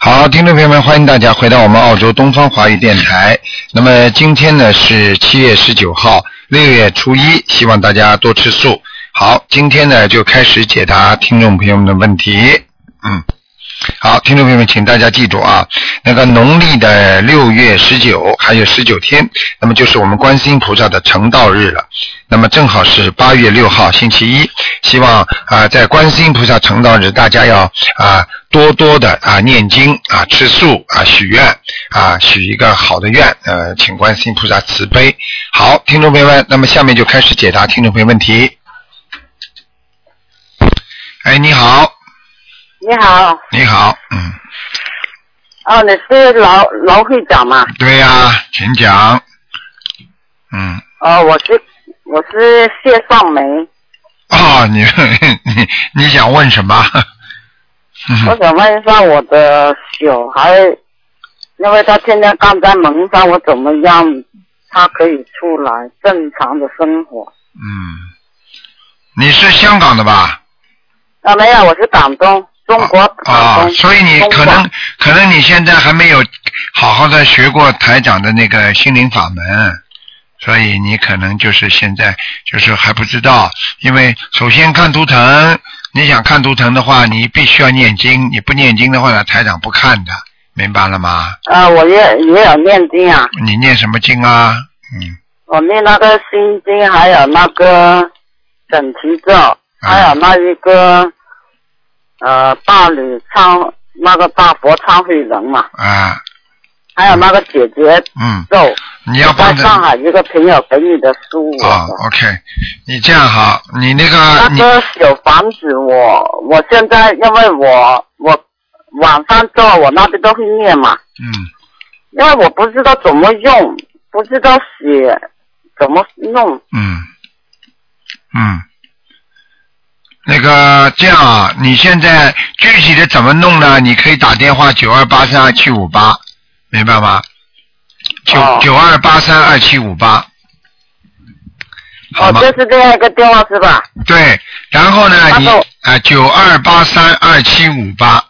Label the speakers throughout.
Speaker 1: 好，听众朋友们，欢迎大家回到我们澳洲东方华语电台。那么今天呢是七月十九号，六月初一，希望大家多吃素。好，今天呢就开始解答听众朋友们的问题。嗯，好，听众朋友们，请大家记住啊，那个农历的六月十九还有十九天，那么就是我们观世音菩萨的成道日了。那么正好是八月六号星期一，希望啊、在观世音菩萨成道日，大家要啊、多多的啊、念经啊、吃素啊、许愿啊、许一个好的愿，呃，请观世音菩萨慈悲。好，听众朋友们，那么下面就开始解答听众朋友问题。哎，你好，
Speaker 2: 你好，
Speaker 1: 你好，嗯，
Speaker 2: 哦，你是劳劳会长吗？
Speaker 1: 对呀、请讲，嗯，
Speaker 2: 哦，我是我是谢尚梅，
Speaker 1: 哦，你 你你想问什么？
Speaker 2: 我想问一下我的小孩，因为他现在刚在蒙上，我怎么样他可以出来正常的生活？
Speaker 1: 嗯，你是香港的吧？
Speaker 2: 啊，没有，我是广东，中国广
Speaker 1: 啊，
Speaker 2: 东，
Speaker 1: 所以你
Speaker 2: 中
Speaker 1: 可
Speaker 2: 国
Speaker 1: 能可能你现在还没有好好的学过台长的那个心灵法门，所以你可能就是现在就是还不知道，因为首先看图腾，你想看图腾的话，你必须要念经，你不念经的话呢，台长不看的，明白了吗？
Speaker 2: 啊，我也也有念经啊，
Speaker 1: 你念什么经啊？嗯，
Speaker 2: 我哦念那个心经，还有那个准提咒，
Speaker 1: 啊
Speaker 2: 还有那一个呃大理忏那个大佛忏悔人嘛，
Speaker 1: 啊，
Speaker 2: 还有那个解决
Speaker 1: 嗯，
Speaker 2: 咒，
Speaker 1: 你要
Speaker 2: 在
Speaker 1: 帮着
Speaker 2: 上海一个朋友给你的书我
Speaker 1: 啊
Speaker 2: 的。
Speaker 1: ，OK，你这样好，你那个
Speaker 2: 那
Speaker 1: 你
Speaker 2: 个小房子我，我现在因为我我晚上做我那边都会念嘛，
Speaker 1: 嗯。
Speaker 2: 因为我不知道怎么用，不知道写，怎么弄，
Speaker 1: 嗯，嗯，那个这样啊，你现在具体的怎么弄呢？你可以打电话九二八三二七五八，明白吗？九
Speaker 2: 哦
Speaker 1: 九二八三二七五八，好
Speaker 2: 哦，
Speaker 1: 吗
Speaker 2: 就？是哦这样一个电话是吧？
Speaker 1: 对，然后呢，
Speaker 2: 那
Speaker 1: 你
Speaker 2: 就
Speaker 1: 啊九二八三二七五八，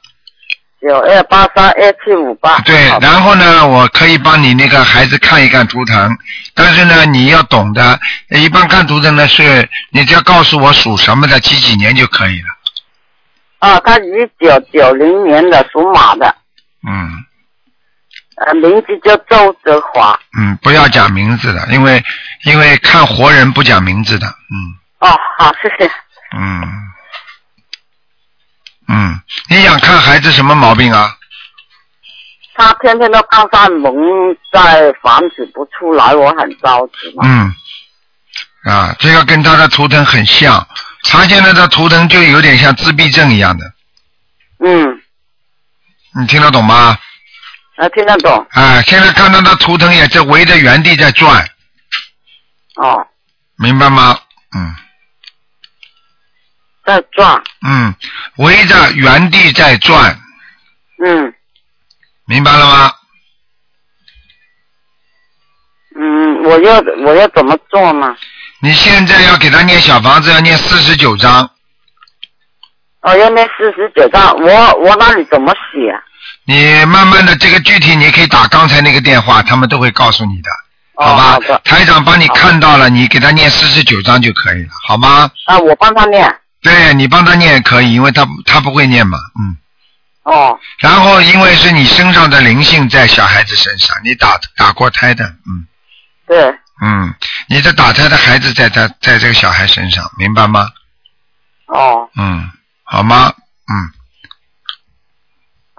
Speaker 2: 九二八三二七五八。
Speaker 1: 对，
Speaker 2: 好的
Speaker 1: 然后呢，我可以帮你那个孩子看一看图腾，但是呢，你要懂得，一般看图腾呢是，你只要告诉我属什么的，几几年就可以了。
Speaker 2: 啊，他一九九零年的属马的，
Speaker 1: 嗯
Speaker 2: 呃，名字叫周泽华。
Speaker 1: 嗯，不要讲名字的，因为因为看活人不讲名字的，嗯
Speaker 2: 哦，好，谢谢。
Speaker 1: 嗯嗯，你想看孩子什么毛病啊？
Speaker 2: 他天天都看上蒙在房子不出来，我很着急嘛。
Speaker 1: 嗯啊，这个跟他的图腾很像，他现在的图腾就有点像自闭症一样的，
Speaker 2: 嗯，
Speaker 1: 你听得懂吗？
Speaker 2: 呃，听得懂。
Speaker 1: 啊，现在看他的图腾也在围着原地在转，
Speaker 2: 哦，
Speaker 1: 明白吗？嗯
Speaker 2: 在转。
Speaker 1: 嗯，围着原地在转，
Speaker 2: 嗯
Speaker 1: 明白了吗？
Speaker 2: 嗯，我要我要怎么做呢？
Speaker 1: 你现在要给他念小房子，要念四十九章。
Speaker 2: 哦，要念四十九章，我我那里怎么写？
Speaker 1: 你慢慢的这个具体你可以打刚才那个电话，他们都会告诉你的，
Speaker 2: 哦，
Speaker 1: 好吧？
Speaker 2: 好的。
Speaker 1: 台长帮你
Speaker 2: 好的
Speaker 1: 看到了，你给他念四十九章就可以了，好吗？
Speaker 2: 啊，我帮他念。
Speaker 1: 对你帮他念也可以，因为他他不会念嘛，嗯。
Speaker 2: 哦
Speaker 1: 然后因为是你身上的灵性在小孩子身上，你打打过胎的，嗯
Speaker 2: 对，
Speaker 1: 嗯，你的打胎的孩子在他在这个小孩身上，明白吗？
Speaker 2: 哦，
Speaker 1: 嗯，好吗？嗯。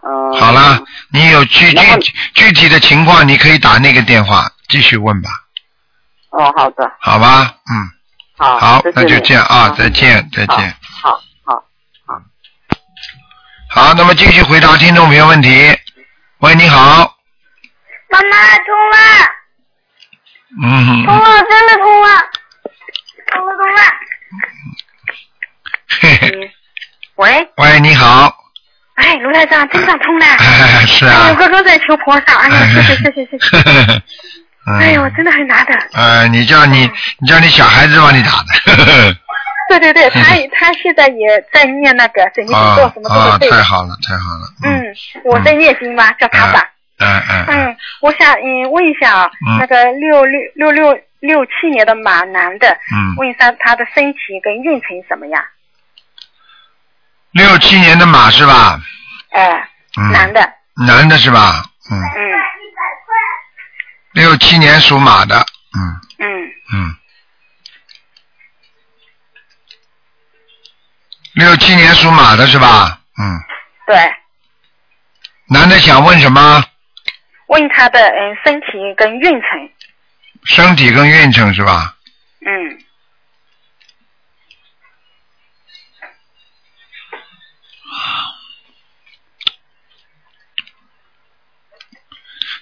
Speaker 2: 嗯、
Speaker 1: 好了，你有具
Speaker 2: 然后
Speaker 1: 具具体的情况，你可以打那个电话继续问吧，
Speaker 2: 哦，好的，
Speaker 1: 好吧？嗯，
Speaker 2: 好，
Speaker 1: 好
Speaker 2: 谢，谢
Speaker 1: 那就
Speaker 2: 你
Speaker 1: 这样啊
Speaker 2: 好，
Speaker 1: 再见，再见。
Speaker 2: 好好，
Speaker 1: 好，那么继续回答听众朋友问题。喂，你好，
Speaker 3: 妈妈通了，
Speaker 1: 嗯
Speaker 3: 通，了，真的通了，通了通了。
Speaker 1: 嘿嘿，
Speaker 3: 喂，
Speaker 1: 喂，你好，
Speaker 3: 哎，卢台长，真的通了！
Speaker 1: 是
Speaker 3: 哎
Speaker 1: 啊
Speaker 3: 呦，，刚刚在求菩萨，哎呀，谢谢谢谢谢谢！
Speaker 1: 嗯
Speaker 3: 哎哎呦，我真的很难的。
Speaker 1: 呃，你叫你你叫你小孩子帮你打的，
Speaker 3: 对对对，他他现在也在念那个准备
Speaker 1: 啊
Speaker 3: 做什么都
Speaker 1: 啊，
Speaker 3: 会背。
Speaker 1: 太好了，太好了。
Speaker 3: 嗯，我在念经嘛，叫他吧。
Speaker 1: 嗯嗯嗯
Speaker 3: 嗯，我想嗯问一下啊
Speaker 1: 嗯，
Speaker 3: 那个六六六六六七年的马男的，
Speaker 1: 嗯，
Speaker 3: 问一下他的身体跟运程怎么样？
Speaker 1: 六七年的马是吧？
Speaker 3: 哎，
Speaker 1: 嗯，
Speaker 3: 男的，
Speaker 1: 男的是吧？嗯，
Speaker 3: 嗯
Speaker 1: 六七年属马的，嗯
Speaker 3: 嗯，
Speaker 1: 嗯，六七年属马的是吧？嗯，
Speaker 3: 对，
Speaker 1: 男的想问什么？
Speaker 3: 问他的嗯身体跟运程，
Speaker 1: 身体跟运程是吧？
Speaker 3: 嗯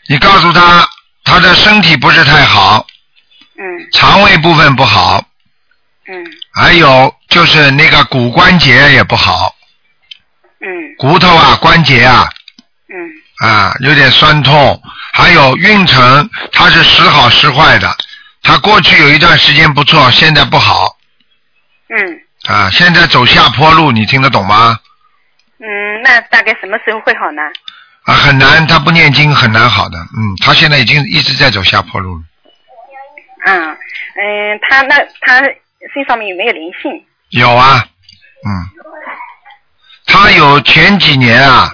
Speaker 1: 你告诉他，他的身体不是太好，
Speaker 3: 嗯
Speaker 1: 肠胃部分不好，
Speaker 3: 嗯
Speaker 1: 还有就是那个骨关节也不好，
Speaker 3: 嗯
Speaker 1: 骨头啊、关节啊
Speaker 3: 嗯
Speaker 1: 啊有点酸痛，还有运程它是时好时坏的，它过去有一段时间不错，现在不好
Speaker 3: 嗯
Speaker 1: 啊，现在走下坡路，你听得懂吗？
Speaker 3: 嗯，那大概什么时候会好呢？
Speaker 1: 啊，很难，他不念经很难好的，嗯，他现在已经一直在走下坡路了，
Speaker 3: 嗯嗯，他那他身上面有没有灵性？
Speaker 1: 有啊，嗯，他有前几年啊，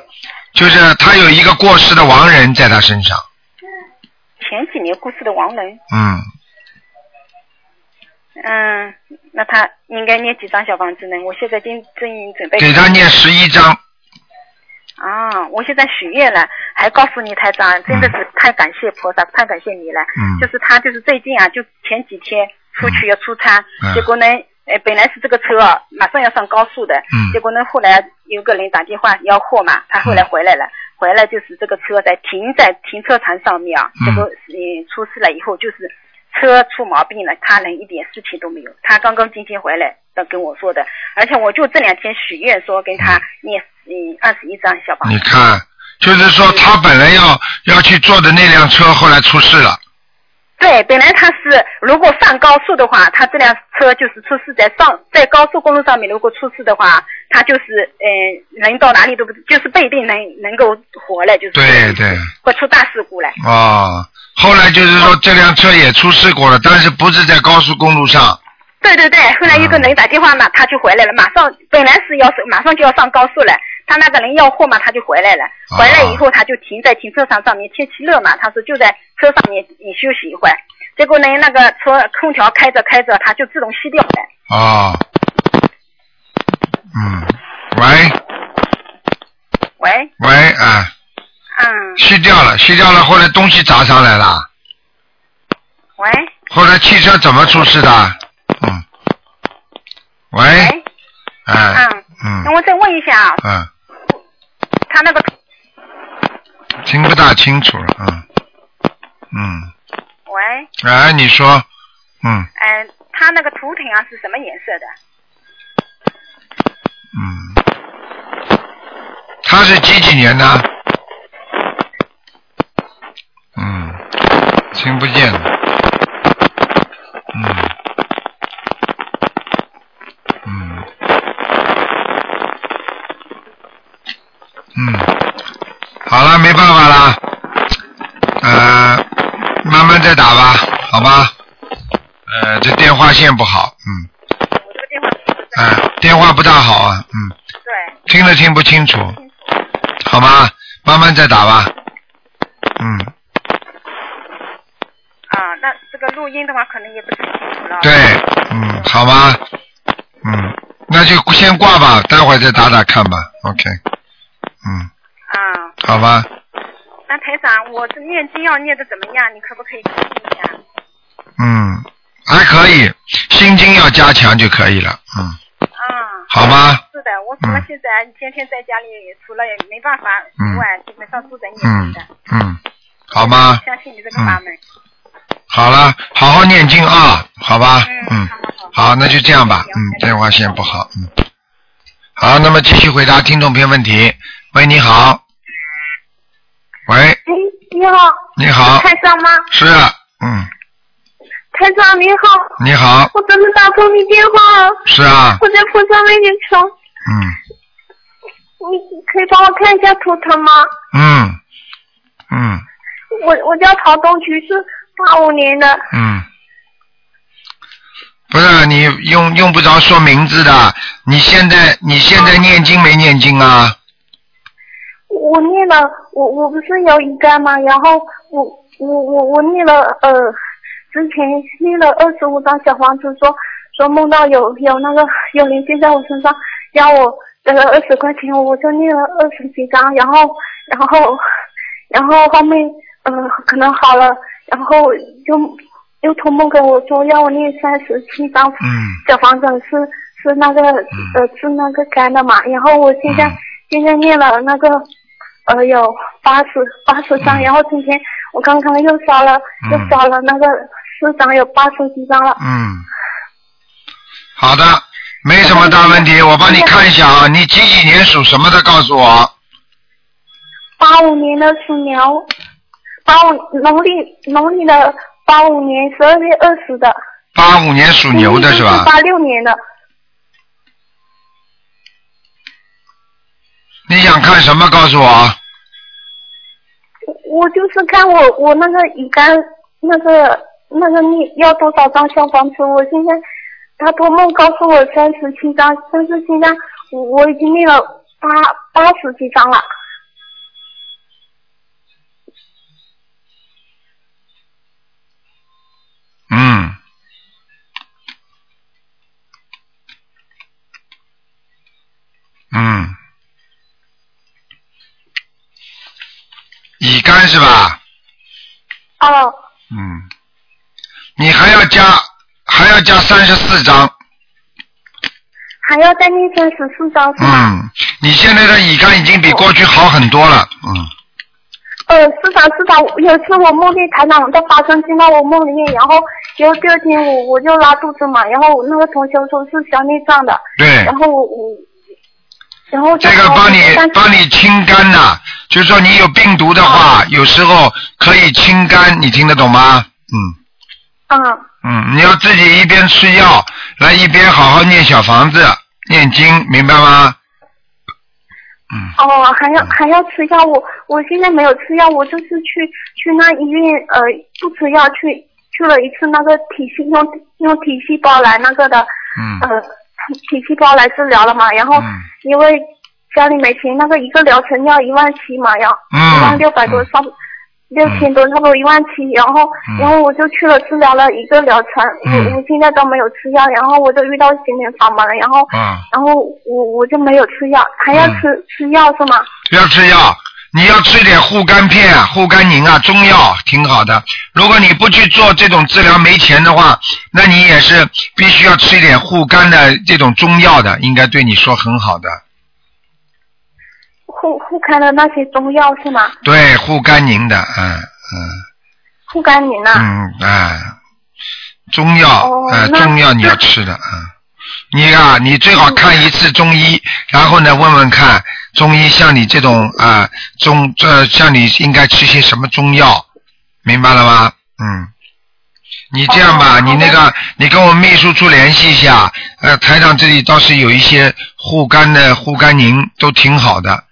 Speaker 1: 就是他有一个过世的亡人在他身上，
Speaker 3: 前几年过世的亡人，
Speaker 1: 嗯，
Speaker 3: 嗯，那他应该念几张小房子呢？我现在正正准备
Speaker 1: 给他念十一章，
Speaker 3: 啊，我现在许愿了，还告诉你台长，真的是太感谢菩萨，太感谢你了。
Speaker 1: 嗯
Speaker 3: 就是他，就是最近啊，就前几天出去要出差，
Speaker 1: 嗯
Speaker 3: 结果呢，呃，本来是这个车啊，马上要上高速的，
Speaker 1: 嗯
Speaker 3: 结果呢，后来有个人打电话要货嘛，他后来回来了。回来就是这个车在停在停车场上面啊，
Speaker 1: 嗯
Speaker 3: 结果嗯出事了以后就是车出毛病了，他人一点事情都没有。他刚刚今天回来的跟我说的，而且我就这两天许愿说跟他念嗯二十一张小房
Speaker 1: 你
Speaker 3: 子，
Speaker 1: 看，就是说他本来要要去坐的那辆车，后来出事了。
Speaker 3: 对，本来他是如果上高速的话，他这辆车就是出事在上在高速公路上面，如果出事的话，他就是嗯、人到哪里都不就是不一定能能够活了，就是
Speaker 1: 对对，
Speaker 3: 会出大事故来。
Speaker 1: 哦，后来就是说这辆车也出事故了，但是不是在高速公路上？
Speaker 3: 对对对，后来一
Speaker 1: 嗯
Speaker 3: 个人打电话嘛，他就回来了，马上本来是要是马上就要上高速了，他那个人要货嘛，他就回来了，
Speaker 1: 啊
Speaker 3: 回来以后他就停在停车场上面，天气热嘛，他说就在车上面你休息一会儿，结果呢那个车空调开着开着，它就自动熄掉了。
Speaker 1: 哦，嗯，喂
Speaker 3: 喂，
Speaker 1: 喂啊，
Speaker 3: 嗯，
Speaker 1: 熄掉了，熄掉了，后来东西砸上来了，
Speaker 3: 喂，
Speaker 1: 后来汽车怎么出事的？嗯，喂，
Speaker 3: 喂，
Speaker 1: 哎，
Speaker 3: 嗯，
Speaker 1: 嗯
Speaker 3: 那我再问一下啊，
Speaker 1: 嗯，
Speaker 3: 他那个
Speaker 1: 听不大清楚了，嗯嗯，
Speaker 3: 喂，
Speaker 1: 哎，你说，嗯
Speaker 3: 嗯、他那个图腾啊是什么颜色的？
Speaker 1: 嗯，他是几几年的？嗯，听不见了。嗯嗯嗯，好了，没办法啦，呃，慢慢再打吧，好吧？呃，这电话线不好，嗯。
Speaker 3: 我这个电话
Speaker 1: 啊，电话不大好啊，嗯，
Speaker 3: 对，
Speaker 1: 听都听不清楚，好吗？慢慢再打吧，嗯，
Speaker 3: 啊，那这个录音的话可能也不是很清楚了。
Speaker 1: 对，嗯，好吗？嗯，那就先挂吧，待会儿再打打看吧，OK，嗯，
Speaker 3: 啊。
Speaker 1: 好吧，
Speaker 3: 那台长，我这念经要念的怎么样？你可不可以提醒一下？
Speaker 1: 嗯，还可以，心经要加强就可以了，嗯，
Speaker 3: 啊，
Speaker 1: 好吗？
Speaker 3: 是的，我除了现在天天在家里，除了也没办法
Speaker 1: 嗯
Speaker 3: 之外，基本上都在念经
Speaker 1: 嗯
Speaker 3: 的。
Speaker 1: 嗯，好吗？
Speaker 3: 相信你这个法门。
Speaker 1: 好了，好好念经啊，好吧？
Speaker 3: 嗯
Speaker 1: 嗯
Speaker 3: 好好，
Speaker 1: 好，那就这样吧。嗯，电话线不好。嗯，好，那么继续回答听众朋友问题。喂，你好。喂，
Speaker 4: 哎，你好，
Speaker 1: 你好，
Speaker 4: 台长吗？
Speaker 1: 是，嗯，
Speaker 3: 台长您好，
Speaker 1: 你好，
Speaker 3: 我怎么打通你电话了？
Speaker 1: 是啊，
Speaker 3: 我在菩萨面前求，
Speaker 1: 嗯
Speaker 3: 你可以帮我看一下图腾吗？
Speaker 1: 嗯嗯
Speaker 3: 我我叫陶东菊，是八五年的。
Speaker 1: 嗯，不是啊你用用不着说名字的，你现在你现
Speaker 4: 哦
Speaker 1: 在念经没念经啊？
Speaker 3: 我念了，我我不是有乙肝吗？然后我我我我念了呃，之前念了二十五张小黄纸，说说梦到有有那个有灵性在我身上，要我给了二十块钱，我就念了二十几张，然后然后然后后面呃可能好了，然后就又托梦跟我说要我念三十七张
Speaker 1: 嗯
Speaker 3: 小房子是是那个呃是那个干的嘛，然后我现在、
Speaker 1: 嗯
Speaker 3: 现在念了那个呃有八十八十张，然后今天我刚刚又刷了、
Speaker 1: 嗯
Speaker 3: 又刷了那个四张，有八十几张了。
Speaker 1: 嗯，好的，没什么大问题，我帮你看一下啊，你几几年属什么的？告诉我，
Speaker 3: 八五年的属牛，八五农历农历的八五年十二月二十的，
Speaker 1: 八五年属牛的是吧？
Speaker 3: 八六年的，
Speaker 1: 你想看什么？告诉我。
Speaker 3: 我就是看我我那个乙肝那个那个你要多少张消防车？我现在他托梦告诉我三十七张，但是现在我我已经念了八八十几张了。
Speaker 1: 嗯，嗯，乙肝是吧？
Speaker 3: 哦，
Speaker 1: 嗯，你还要加，还要加三十四张。
Speaker 3: 还要再念三十四张是吗？
Speaker 1: 嗯，你现在的乙肝已经比过去好很多了。嗯，
Speaker 3: 呃，市长市长，有一次我梦见台长的发声进到我梦里面，然后结果第二天我我就拉肚子嘛，然后我那个同学说是小内脏的，
Speaker 1: 对
Speaker 3: 然，后我我，然后
Speaker 1: 嗯
Speaker 3: 就
Speaker 1: 这个
Speaker 3: 说
Speaker 1: 帮你
Speaker 3: 但是
Speaker 1: 帮你清肝呐、就是说你有病毒的话，有时候可以清肝，你听得懂吗？嗯。
Speaker 3: 嗯。
Speaker 1: 嗯，你要自己一边吃药，来一边好好念小房子、念经，明白吗？嗯，
Speaker 3: 哦，还要还要吃药，我我现在没有吃药，我就是去去那医院，呃，不吃药去去了一次那个体细用用体细胞来那个的，
Speaker 1: 嗯
Speaker 3: 呃，体细胞来治疗了嘛，然后
Speaker 1: 嗯
Speaker 3: 因为家里没钱，那个一个疗程要一万七嘛，要
Speaker 1: 嗯
Speaker 3: 一万六百多
Speaker 1: 嗯
Speaker 3: 差不六千多，差不多一万七，然后
Speaker 1: 嗯
Speaker 3: 然后我就去了治疗了一个疗程，
Speaker 1: 嗯
Speaker 3: 我我现在都没有吃药，然后我就遇到心灵法门了，然后。
Speaker 1: 嗯，
Speaker 3: 然后我我就没有吃药，还要吃、吃药是吗？
Speaker 1: 要吃药，你要吃点护肝片啊、护肝宁啊，中药挺好的。如果你不去做这种治疗，没钱的话，那你也是必须要吃一点护肝的这种中药的，应该对你说很好的。
Speaker 3: 护护肝的那些中药是吗？
Speaker 1: 对，护肝宁的，嗯嗯。
Speaker 3: 护肝宁啊。
Speaker 1: 嗯，哎，中药，
Speaker 3: 哦
Speaker 1: 哎，
Speaker 3: 那嗯
Speaker 1: 中药你要吃的，嗯。你啊，你最好看一次中医，然后呢，问问看中医像你这种啊、中这、像你应该吃些什么中药，明白了吗？嗯。你这样吧，
Speaker 3: 哦
Speaker 1: 你那
Speaker 3: 好
Speaker 1: 个，你跟我秘书处联系一下，呃，台长这里倒是有一些护肝的护肝宁，都挺好的，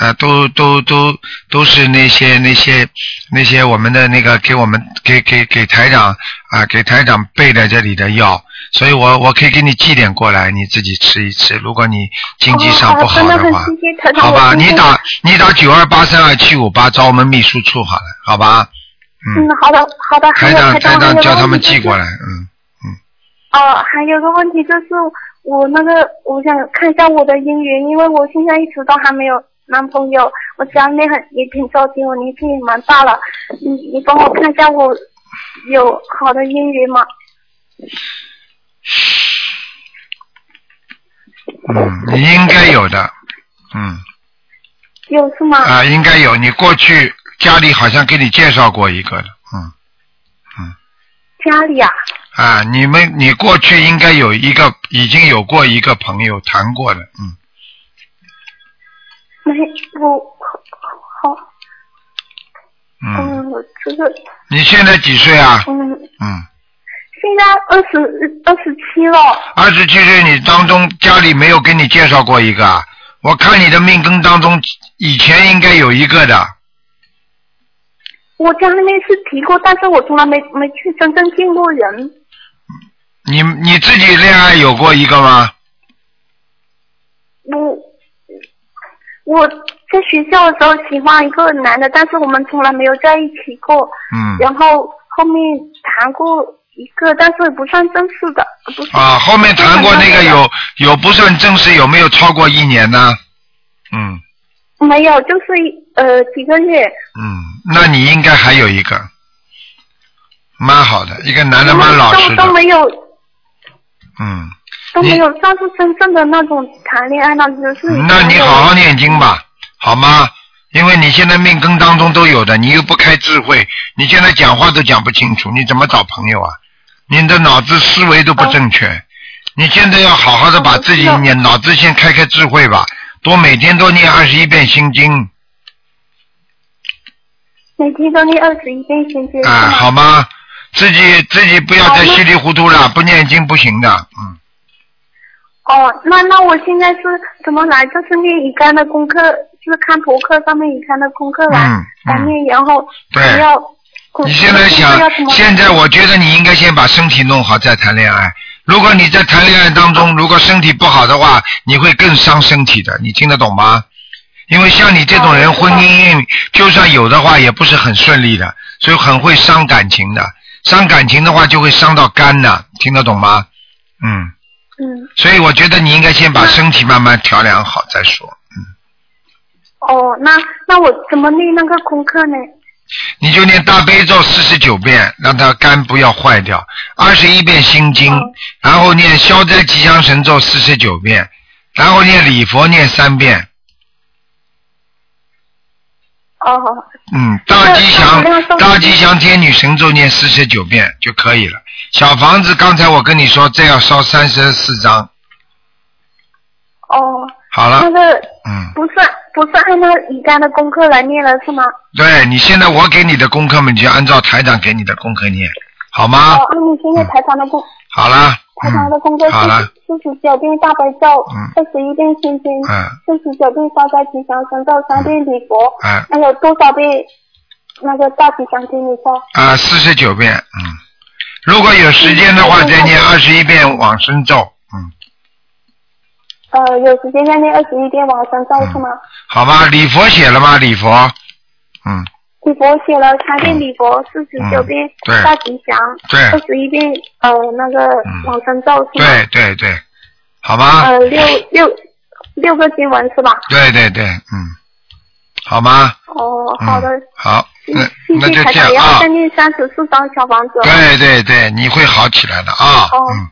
Speaker 1: 呃，都都都都是那些那些那些我们的那个给我们给给给台长啊、给台长备在这里的药，所以我我可以给你寄点过来，你自己吃一吃。如果你嗯经济上不
Speaker 3: 哦、
Speaker 1: 的
Speaker 3: 好真的
Speaker 1: 话，
Speaker 3: 很谢谢台长。
Speaker 1: 好吧，
Speaker 3: 我
Speaker 1: 你
Speaker 3: 今天
Speaker 1: 打你打九二八三二七五八找我们秘书处好了，好吧？
Speaker 3: 嗯，好的好的，
Speaker 1: 台
Speaker 3: 还有
Speaker 1: 长
Speaker 3: 台
Speaker 1: 台
Speaker 3: 还有
Speaker 1: 长
Speaker 3: 个
Speaker 1: 叫他
Speaker 3: 问
Speaker 1: 们
Speaker 3: 题
Speaker 1: 寄过
Speaker 3: 就是
Speaker 1: 来，嗯。
Speaker 3: 呃，还有个问题就是我那个我想看一下我的姻缘，因为我现在一直都还没有男朋友，我家里面很也挺着急，我年纪也蛮大了，你你帮我看一下我有好的姻缘吗？
Speaker 1: 嗯，你应该有的，嗯
Speaker 3: 有是吗？
Speaker 1: 啊、应该有。你过去家里好像给你介绍过一个的，嗯
Speaker 3: 家里啊，
Speaker 1: 啊、你们你过去应该有一个已经有过一个朋友谈过的，嗯，
Speaker 3: 没我好
Speaker 1: 嗯，
Speaker 3: 嗯，这个
Speaker 1: 你现在几岁啊？
Speaker 3: 嗯
Speaker 1: 嗯，
Speaker 4: 现在二十二十七了，
Speaker 1: 二十七岁你当中家里没有给你介绍过一个啊，我看你的命根当中以前应该有一个的，
Speaker 4: 我家里面是提过，但是我从来没没去真正见过人。
Speaker 1: 你你自己恋爱有过一个吗？
Speaker 4: 我我在学校的时候喜欢一个男的，但是我们从来没有在一起过。
Speaker 1: 嗯，
Speaker 4: 然后后面谈过一个，但是不算正式的，不是
Speaker 1: 啊，后面谈过那个有有不算正式，有没有超过一年呢？嗯
Speaker 4: 没有，就是一呃几个月。
Speaker 1: 嗯，那你应该还有一个，蛮好的，一个男的蛮老实
Speaker 4: 都都
Speaker 1: 的，
Speaker 4: 没有
Speaker 1: 嗯，
Speaker 4: 都没有算是真正的那种谈恋爱，那就是
Speaker 1: 嗯那你好好念经吧，好吗？因为你现在命根当中都有的，你又不开智慧，你现在讲话都讲不清楚，你怎么找朋友啊？你的脑子思维都不正确，你现在要好好的把自己
Speaker 4: 哦我知
Speaker 1: 念脑子先开开智慧吧，多每天多念二十一遍心经，
Speaker 4: 每天都念二十一遍心经。
Speaker 1: 啊，
Speaker 4: 是吗
Speaker 1: 好吗？自己自己不要再稀里糊涂了，不念经不行的，嗯，
Speaker 4: 哦，那那我现在是怎么来？就是念乙肝的功课，是看博客上面乙肝的功课来
Speaker 1: 嗯
Speaker 4: 来
Speaker 1: 嗯
Speaker 4: 念，然后
Speaker 1: 对
Speaker 4: 还要。
Speaker 1: 你现在
Speaker 4: 功课要
Speaker 1: 想
Speaker 4: 怎么，
Speaker 1: 现在我觉得你应该先把身体弄好再谈恋爱。如果你在谈恋爱当中，如果身体不好的话，你会更伤身体的，你听得懂吗？因为像你这种人，
Speaker 4: 哦
Speaker 1: 婚姻就算有的话，也不是很顺利的，所以很会伤感情的。伤感情的话，就会伤到肝呐，听得懂吗？嗯，
Speaker 4: 嗯，
Speaker 1: 所以我觉得你应该先把身体慢慢调养好再说。
Speaker 4: 哦，那那我怎么念那个功课呢？
Speaker 1: 你就念大悲咒四十九遍，让它肝不要坏掉；二十一遍心经，
Speaker 4: 嗯
Speaker 1: 然后念消灾吉祥神咒四十九遍，然后念礼佛念三遍。
Speaker 4: 哦，
Speaker 1: 嗯，大吉祥
Speaker 4: 那那我要送
Speaker 1: 大吉祥天女神咒念四十九遍就可以了。小房子，刚才我跟你说，这要烧三十四张。
Speaker 4: 哦，
Speaker 1: 好了
Speaker 4: 那，个
Speaker 1: 嗯，
Speaker 4: 不是不是按照乙肝的功课来念了是吗？
Speaker 1: 对你现在我给你的功课嘛，你就按照台长给你的功课念，好吗
Speaker 4: 哦，？按你现在台长的功，
Speaker 1: 好了，
Speaker 4: 台长的功课
Speaker 1: 嗯，好了，
Speaker 4: 四十九遍大悲咒，
Speaker 1: 嗯
Speaker 4: 二十一遍心经，
Speaker 1: 嗯，
Speaker 4: 四十九遍消灾吉祥神咒，三遍礼佛，
Speaker 1: 哎、
Speaker 4: 还有多少遍那个大吉祥天女咒？
Speaker 1: 啊，四十九遍，嗯，如果有时间的话，
Speaker 4: 哎
Speaker 1: 再念二十一遍往生咒，嗯，
Speaker 4: 呃，有时间要念二十一遍往生咒
Speaker 1: 嗯
Speaker 4: 是吗？
Speaker 1: 好吧，礼佛写了吗？礼佛，嗯，
Speaker 4: 礼佛写了三遍礼佛，四十九
Speaker 1: 嗯
Speaker 4: 遍
Speaker 1: 对
Speaker 4: 大吉祥，
Speaker 1: 对
Speaker 4: 二十一遍呃那个
Speaker 1: 嗯
Speaker 4: 往生咒是吗？
Speaker 1: 对啊对对，好吧，
Speaker 4: 嗯呃，六六六个经文是吧？
Speaker 1: 对对对，嗯，好吗？
Speaker 4: 哦，
Speaker 1: 嗯
Speaker 4: 好的，，
Speaker 1: 好，
Speaker 4: 谢
Speaker 1: 那
Speaker 4: 谢
Speaker 1: 嗯那
Speaker 4: 谢
Speaker 1: 就
Speaker 4: 台
Speaker 1: 这
Speaker 4: 长，
Speaker 1: 样
Speaker 4: 然
Speaker 1: 啊
Speaker 4: 后再，念三十四张小房子。
Speaker 1: 对对对，你会好起来的啊，
Speaker 4: 哦
Speaker 1: 嗯，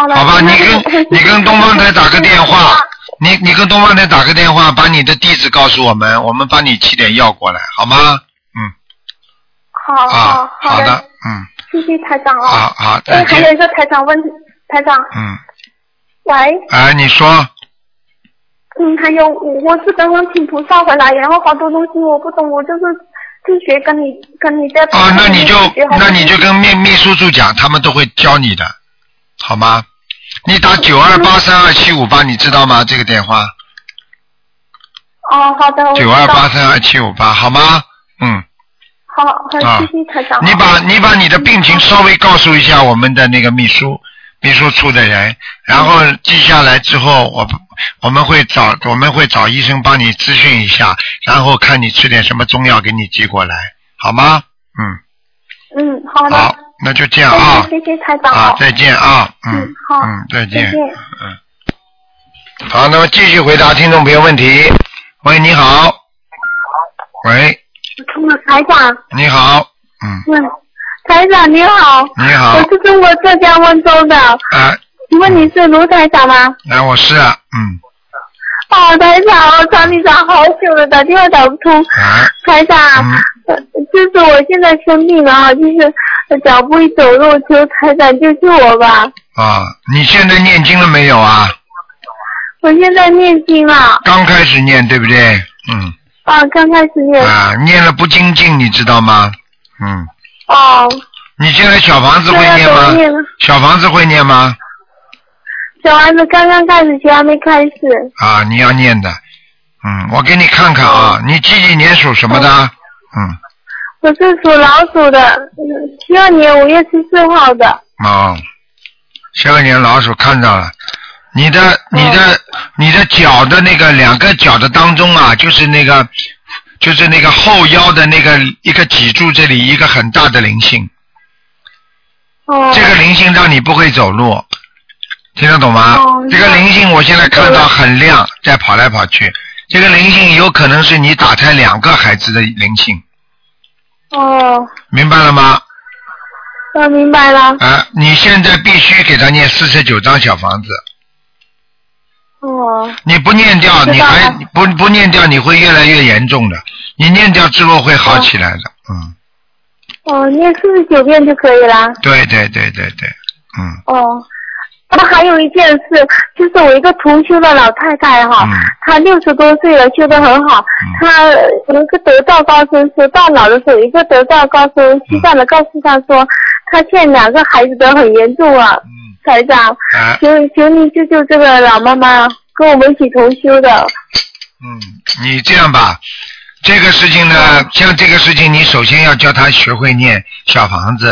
Speaker 4: 好的，
Speaker 1: 好吧，你
Speaker 4: 那
Speaker 1: 跟你跟东方台打个电话。，你你跟东方台打个电话，把你的地址告诉我们，我们帮你寄点药过来，好吗？嗯，
Speaker 4: 好
Speaker 1: 啊
Speaker 4: 哦好，
Speaker 1: 好的
Speaker 4: 的，，
Speaker 1: 嗯。
Speaker 4: 谢谢台长
Speaker 1: 好
Speaker 4: 哦。
Speaker 1: 好，
Speaker 4: 哎
Speaker 1: 再，
Speaker 4: 还有
Speaker 1: 见。
Speaker 4: 一个台长问题，台长，
Speaker 1: 嗯，
Speaker 4: 喂，
Speaker 1: 啊，你说，
Speaker 4: 嗯，还有我我是刚刚请菩萨回来，然后好多东西我不懂，我就是自学跟你跟你在。
Speaker 1: 哦，那你就
Speaker 4: 学好多
Speaker 1: 那你就
Speaker 4: 东西
Speaker 1: 跟秘秘书处讲，他们都会教你的，好吗？你
Speaker 4: 嗯
Speaker 1: 打九二八三二七五八，你知道吗？这个电话
Speaker 4: 哦，好的，我知
Speaker 1: 九
Speaker 4: 道
Speaker 1: 二八。三二七五八，好吗？嗯，
Speaker 4: 好，好，谢谢台长。
Speaker 1: 啊你把你把你的病情稍微告诉一下我们的那个秘书秘书处的人，然后记下来之后，我我们会找我们会找医生帮你咨询一下，然后看你吃点什么中药给你寄过来，好吗？嗯。
Speaker 4: 嗯，好的。
Speaker 1: 好，那就这样
Speaker 4: 好
Speaker 1: 啊
Speaker 4: 的，，谢谢台长。
Speaker 1: 啊，再见啊，嗯
Speaker 4: 嗯，好
Speaker 1: 嗯，再
Speaker 4: 再
Speaker 1: 见，
Speaker 4: 见。
Speaker 1: 嗯。好，那么继续回答听众朋友问题。喂，你好。喂，
Speaker 4: 台长，
Speaker 1: 你好，嗯，
Speaker 4: 嗯，台长你好，
Speaker 1: 你好
Speaker 4: 我，是中国浙江温州的，
Speaker 1: 啊，
Speaker 4: 请问你是卢台长吗？
Speaker 1: 那我是啊，嗯，
Speaker 4: 哦，台长，我找你找好久了，打电话打不通。
Speaker 1: 啊，
Speaker 4: 台长，
Speaker 1: 嗯
Speaker 4: 呃就是我现在生病了啊，就是脚不会走路，求台长救救我吧！
Speaker 1: 啊，你现在念经了没有啊？
Speaker 4: 我现在念经了，
Speaker 1: 刚开始念对不对？嗯，
Speaker 4: 啊，刚开始念，
Speaker 1: 啊，念了不精进，你知道吗？嗯，
Speaker 4: 哦，
Speaker 1: 你现在小房子会
Speaker 4: 现在
Speaker 1: 念
Speaker 4: 都念
Speaker 1: 吗
Speaker 4: 了？
Speaker 1: 小房子会念吗？
Speaker 4: 小丸子刚刚开始学，还没开始。
Speaker 1: 啊，你要念的。嗯，我给你看看啊，你几几年属什么的？嗯，
Speaker 4: 我是属老鼠的，嗯七二年五月十四号的。
Speaker 1: 哦，下个年老鼠看到了，你的、你的、你的脚的那个两个脚的当中啊，就是那个就是那个后腰的那个一个脊柱这里一个很大的灵性，
Speaker 4: 哦。
Speaker 1: 这个灵性让你不会走路，听得懂吗？
Speaker 4: 哦
Speaker 1: 这个灵性我现在看到很亮，在跑来跑去。这个灵性有可能是你打胎两个孩子的灵性，
Speaker 4: 哦，
Speaker 1: 明白了吗？
Speaker 4: 我明白了。
Speaker 1: 啊，你现在必须给他念四十九张小房子，
Speaker 4: 哦，
Speaker 1: 你不念掉，
Speaker 4: 知
Speaker 1: 你
Speaker 4: 道啊了
Speaker 1: 还不不念掉，你会越来越严重的。你念掉之后会好起来的，嗯，
Speaker 4: 哦，念四十九遍就可以啦。
Speaker 1: 对对对对对，嗯
Speaker 4: 哦，那么还有一件事，就是我一个同修的老太太哈、
Speaker 1: 嗯
Speaker 4: 她六十多岁了，修得很好。她有一个得道高僧说，到老的时候有一个得道高僧西藏的告诉她说，她现在两个孩子得很严重啊，
Speaker 1: 嗯，
Speaker 4: 台长，
Speaker 1: 啊，
Speaker 4: 求求你救救这个老妈妈，跟我们一起同修的。
Speaker 1: 嗯，你这样吧，这个事情呢，
Speaker 4: 嗯
Speaker 1: 像这个事情，你首先要教他学会念小房子，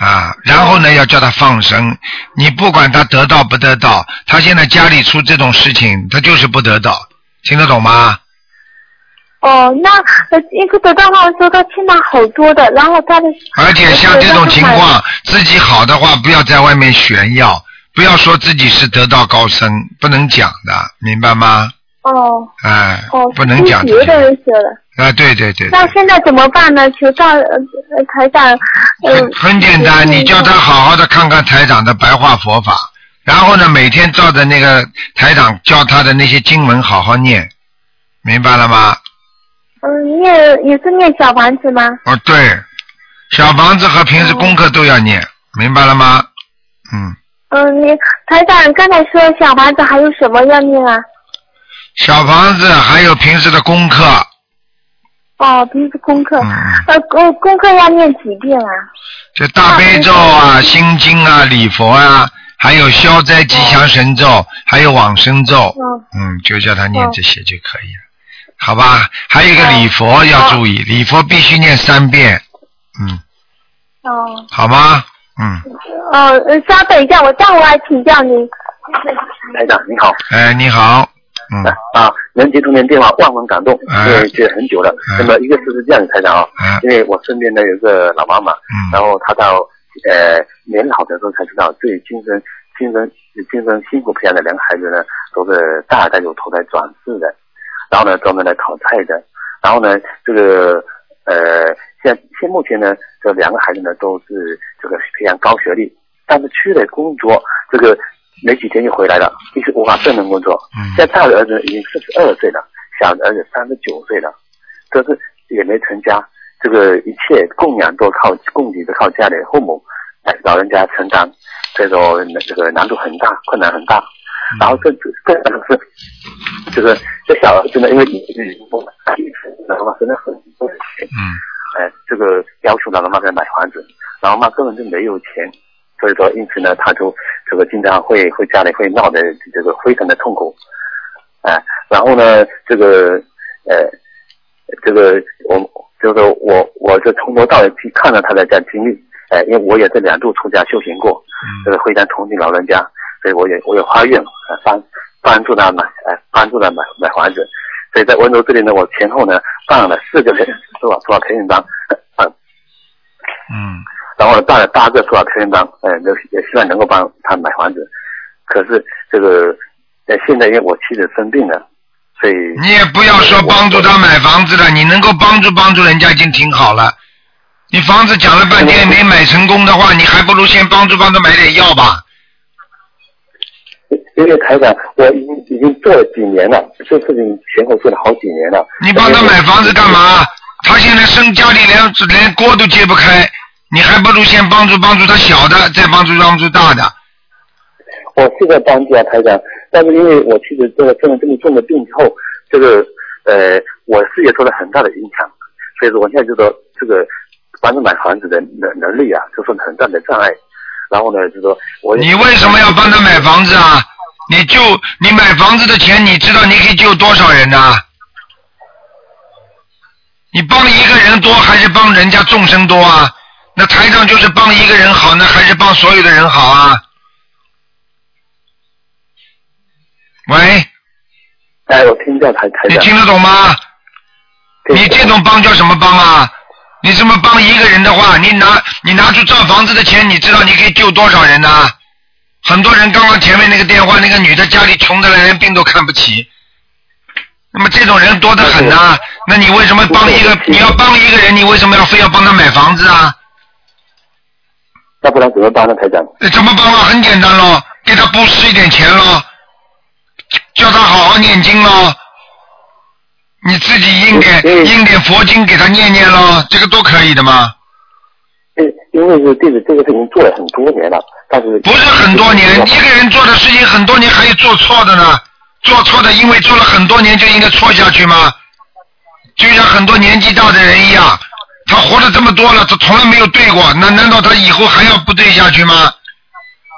Speaker 1: 啊，然后呢，要叫他放生。你不管他得到不得到，他现在家里出这种事情，他就是不得到，听得懂吗？
Speaker 4: 哦，那呃一个得道高僧说他欠了好多的，然后他的
Speaker 1: 而且像这种情况，自己好的话，不要在外面炫耀，不要说自己是得道高僧，不能讲的，明白吗？
Speaker 4: 哦
Speaker 1: 哎，
Speaker 4: 哦，
Speaker 1: 不能讲
Speaker 4: 听
Speaker 1: 这
Speaker 4: 别的
Speaker 1: 些。
Speaker 4: 人写了。
Speaker 1: 啊，对对对，
Speaker 4: 那现在怎么办呢？求到呃呃台长，呃
Speaker 1: 很，很简单，你叫他好好的看看台长的白话佛法，然后呢，每天照着那个台长教他的那些经文好好念，明白了吗？
Speaker 4: 嗯，念也是念小房子吗？
Speaker 1: 哦，对，小房子和平时
Speaker 4: 哦
Speaker 1: 功课都要念，明白了吗？嗯。
Speaker 4: 嗯，你台长刚才说小房子还有什么要念啊？
Speaker 1: 小房子还有平时的功课，
Speaker 4: 哦，平时功课，
Speaker 1: 嗯嗯
Speaker 4: 呃，功功课要念几遍啊？
Speaker 1: 就大悲咒啊、心经啊、礼佛啊，还有消灾吉祥神咒，还有往生咒，
Speaker 4: 嗯，
Speaker 1: 嗯，就叫他念这些就可以了，好吧？还有一个礼佛要注意，礼佛必须念三遍，嗯，
Speaker 4: 哦，
Speaker 1: 好吗？嗯，
Speaker 4: 哦，呃稍等一下，我下午来请教你。
Speaker 5: 台长你好，
Speaker 1: 哎，你好，嗯，
Speaker 5: 啊，能接通您电话，万分感动，
Speaker 1: 哎
Speaker 5: 因为接了很久了。
Speaker 1: 哎
Speaker 5: 那么一个事是这样的，台长啊，
Speaker 1: 哎，
Speaker 5: 因为我身边呢有一个老妈妈，然
Speaker 1: 嗯，
Speaker 5: 后她到呃年老的时候才知道自己亲生亲生亲生辛苦培养的两个孩子呢，都是大概有投胎转世的，然后呢专门来讨债的，然后呢这个呃现现目前呢这两个孩子呢都是这个培养高学历，但是去了工作这个没几天就回来了，一直无法胜任工作。
Speaker 1: 嗯
Speaker 5: 现在大的儿子已经四十二岁了，小的儿子三十九岁了，这是也没成家，这个一切供养都靠供给，都靠家里的父母来老人家承担，所以说这个难度很大，困难很大。然后这更难的是，这个这小儿子呢，因为你你不然后真的很多钱，
Speaker 1: 嗯，
Speaker 5: 哎，这个要求老妈妈给他买房子，老妈妈根本就没有钱，所以说因此呢，他就这个经常会会家里会闹得这个非常的痛苦，哎，然后呢，这个呃，这个我就是我我就从头到尾去看了他的这样经历，哎，因为我也是两度出家修行过，这
Speaker 1: 嗯，
Speaker 5: 个非常同情老人家，所以我也我也发愿呃帮帮助他买呃帮助他买买房子，所以在温州这里呢，我前后呢办了四个人多少多少培训班，呃
Speaker 1: 嗯，
Speaker 5: 然后呢办了八个多少培训班，呃，那也希望能够帮他买房子，可是这个呃现在因为我妻子生病了，所以
Speaker 1: 你也不要说帮助他买房子了，你能够帮助帮助人家已经挺好了。你房子讲了半天没买成功的话，你还不如先帮助帮他买点药吧。
Speaker 5: 因为台长我已经已经做了几年了，这事情前后做了好几年了，
Speaker 1: 你帮他买房子干嘛？他现在生家里连连锅都揭不开，你还不如先帮助帮助他小的，再帮助帮助大的。
Speaker 5: 我是在帮助啊，台长，但是因为我妻子这个生了这么重的病之后，这个呃，我事业受了很大的影响，所以说我现在就说这个帮助买房子的能能力啊，这是很大的障碍。然后呢，就说我也
Speaker 1: 你为什么要帮他买房子啊？你救你买房子的钱，你知道你可以救多少人呐、你帮一个人多还是帮人家众生多啊？那台长就是帮一个人好，那还是帮所有的人好啊？喂，
Speaker 5: 哎，我听见台台
Speaker 1: 你
Speaker 5: 长，
Speaker 1: 听得懂吗？你这种帮叫什么帮啊？你这么帮一个人的话，你拿你拿出造房子的钱，你知道你可以救多少人呢、啊很多人刚刚前面那个电话，那个女的家里穷的连病都看不起，那么这种人多得很呐、那你为什么帮一个
Speaker 5: 不是
Speaker 1: 你要帮一个人，你为什么要非要帮他买房子啊？
Speaker 5: 那不然怎么办呢，台长？
Speaker 1: 那怎么办法？很简单咯，给他布施一点钱咯，叫他好好念经咯，你自己印点
Speaker 5: 嗯
Speaker 1: 印点佛经给他念念咯，这个都可以的嘛。
Speaker 5: 因因为是弟子这个事情做了很多年了，但是
Speaker 1: 不是很多年，一个人做的事情很多年还有做错的呢，做错的因为做了很多年就应该错下去吗？就像很多年纪大的人一样，他活了这么多了，他从来没有对过，那难道他以后还要不对下去吗？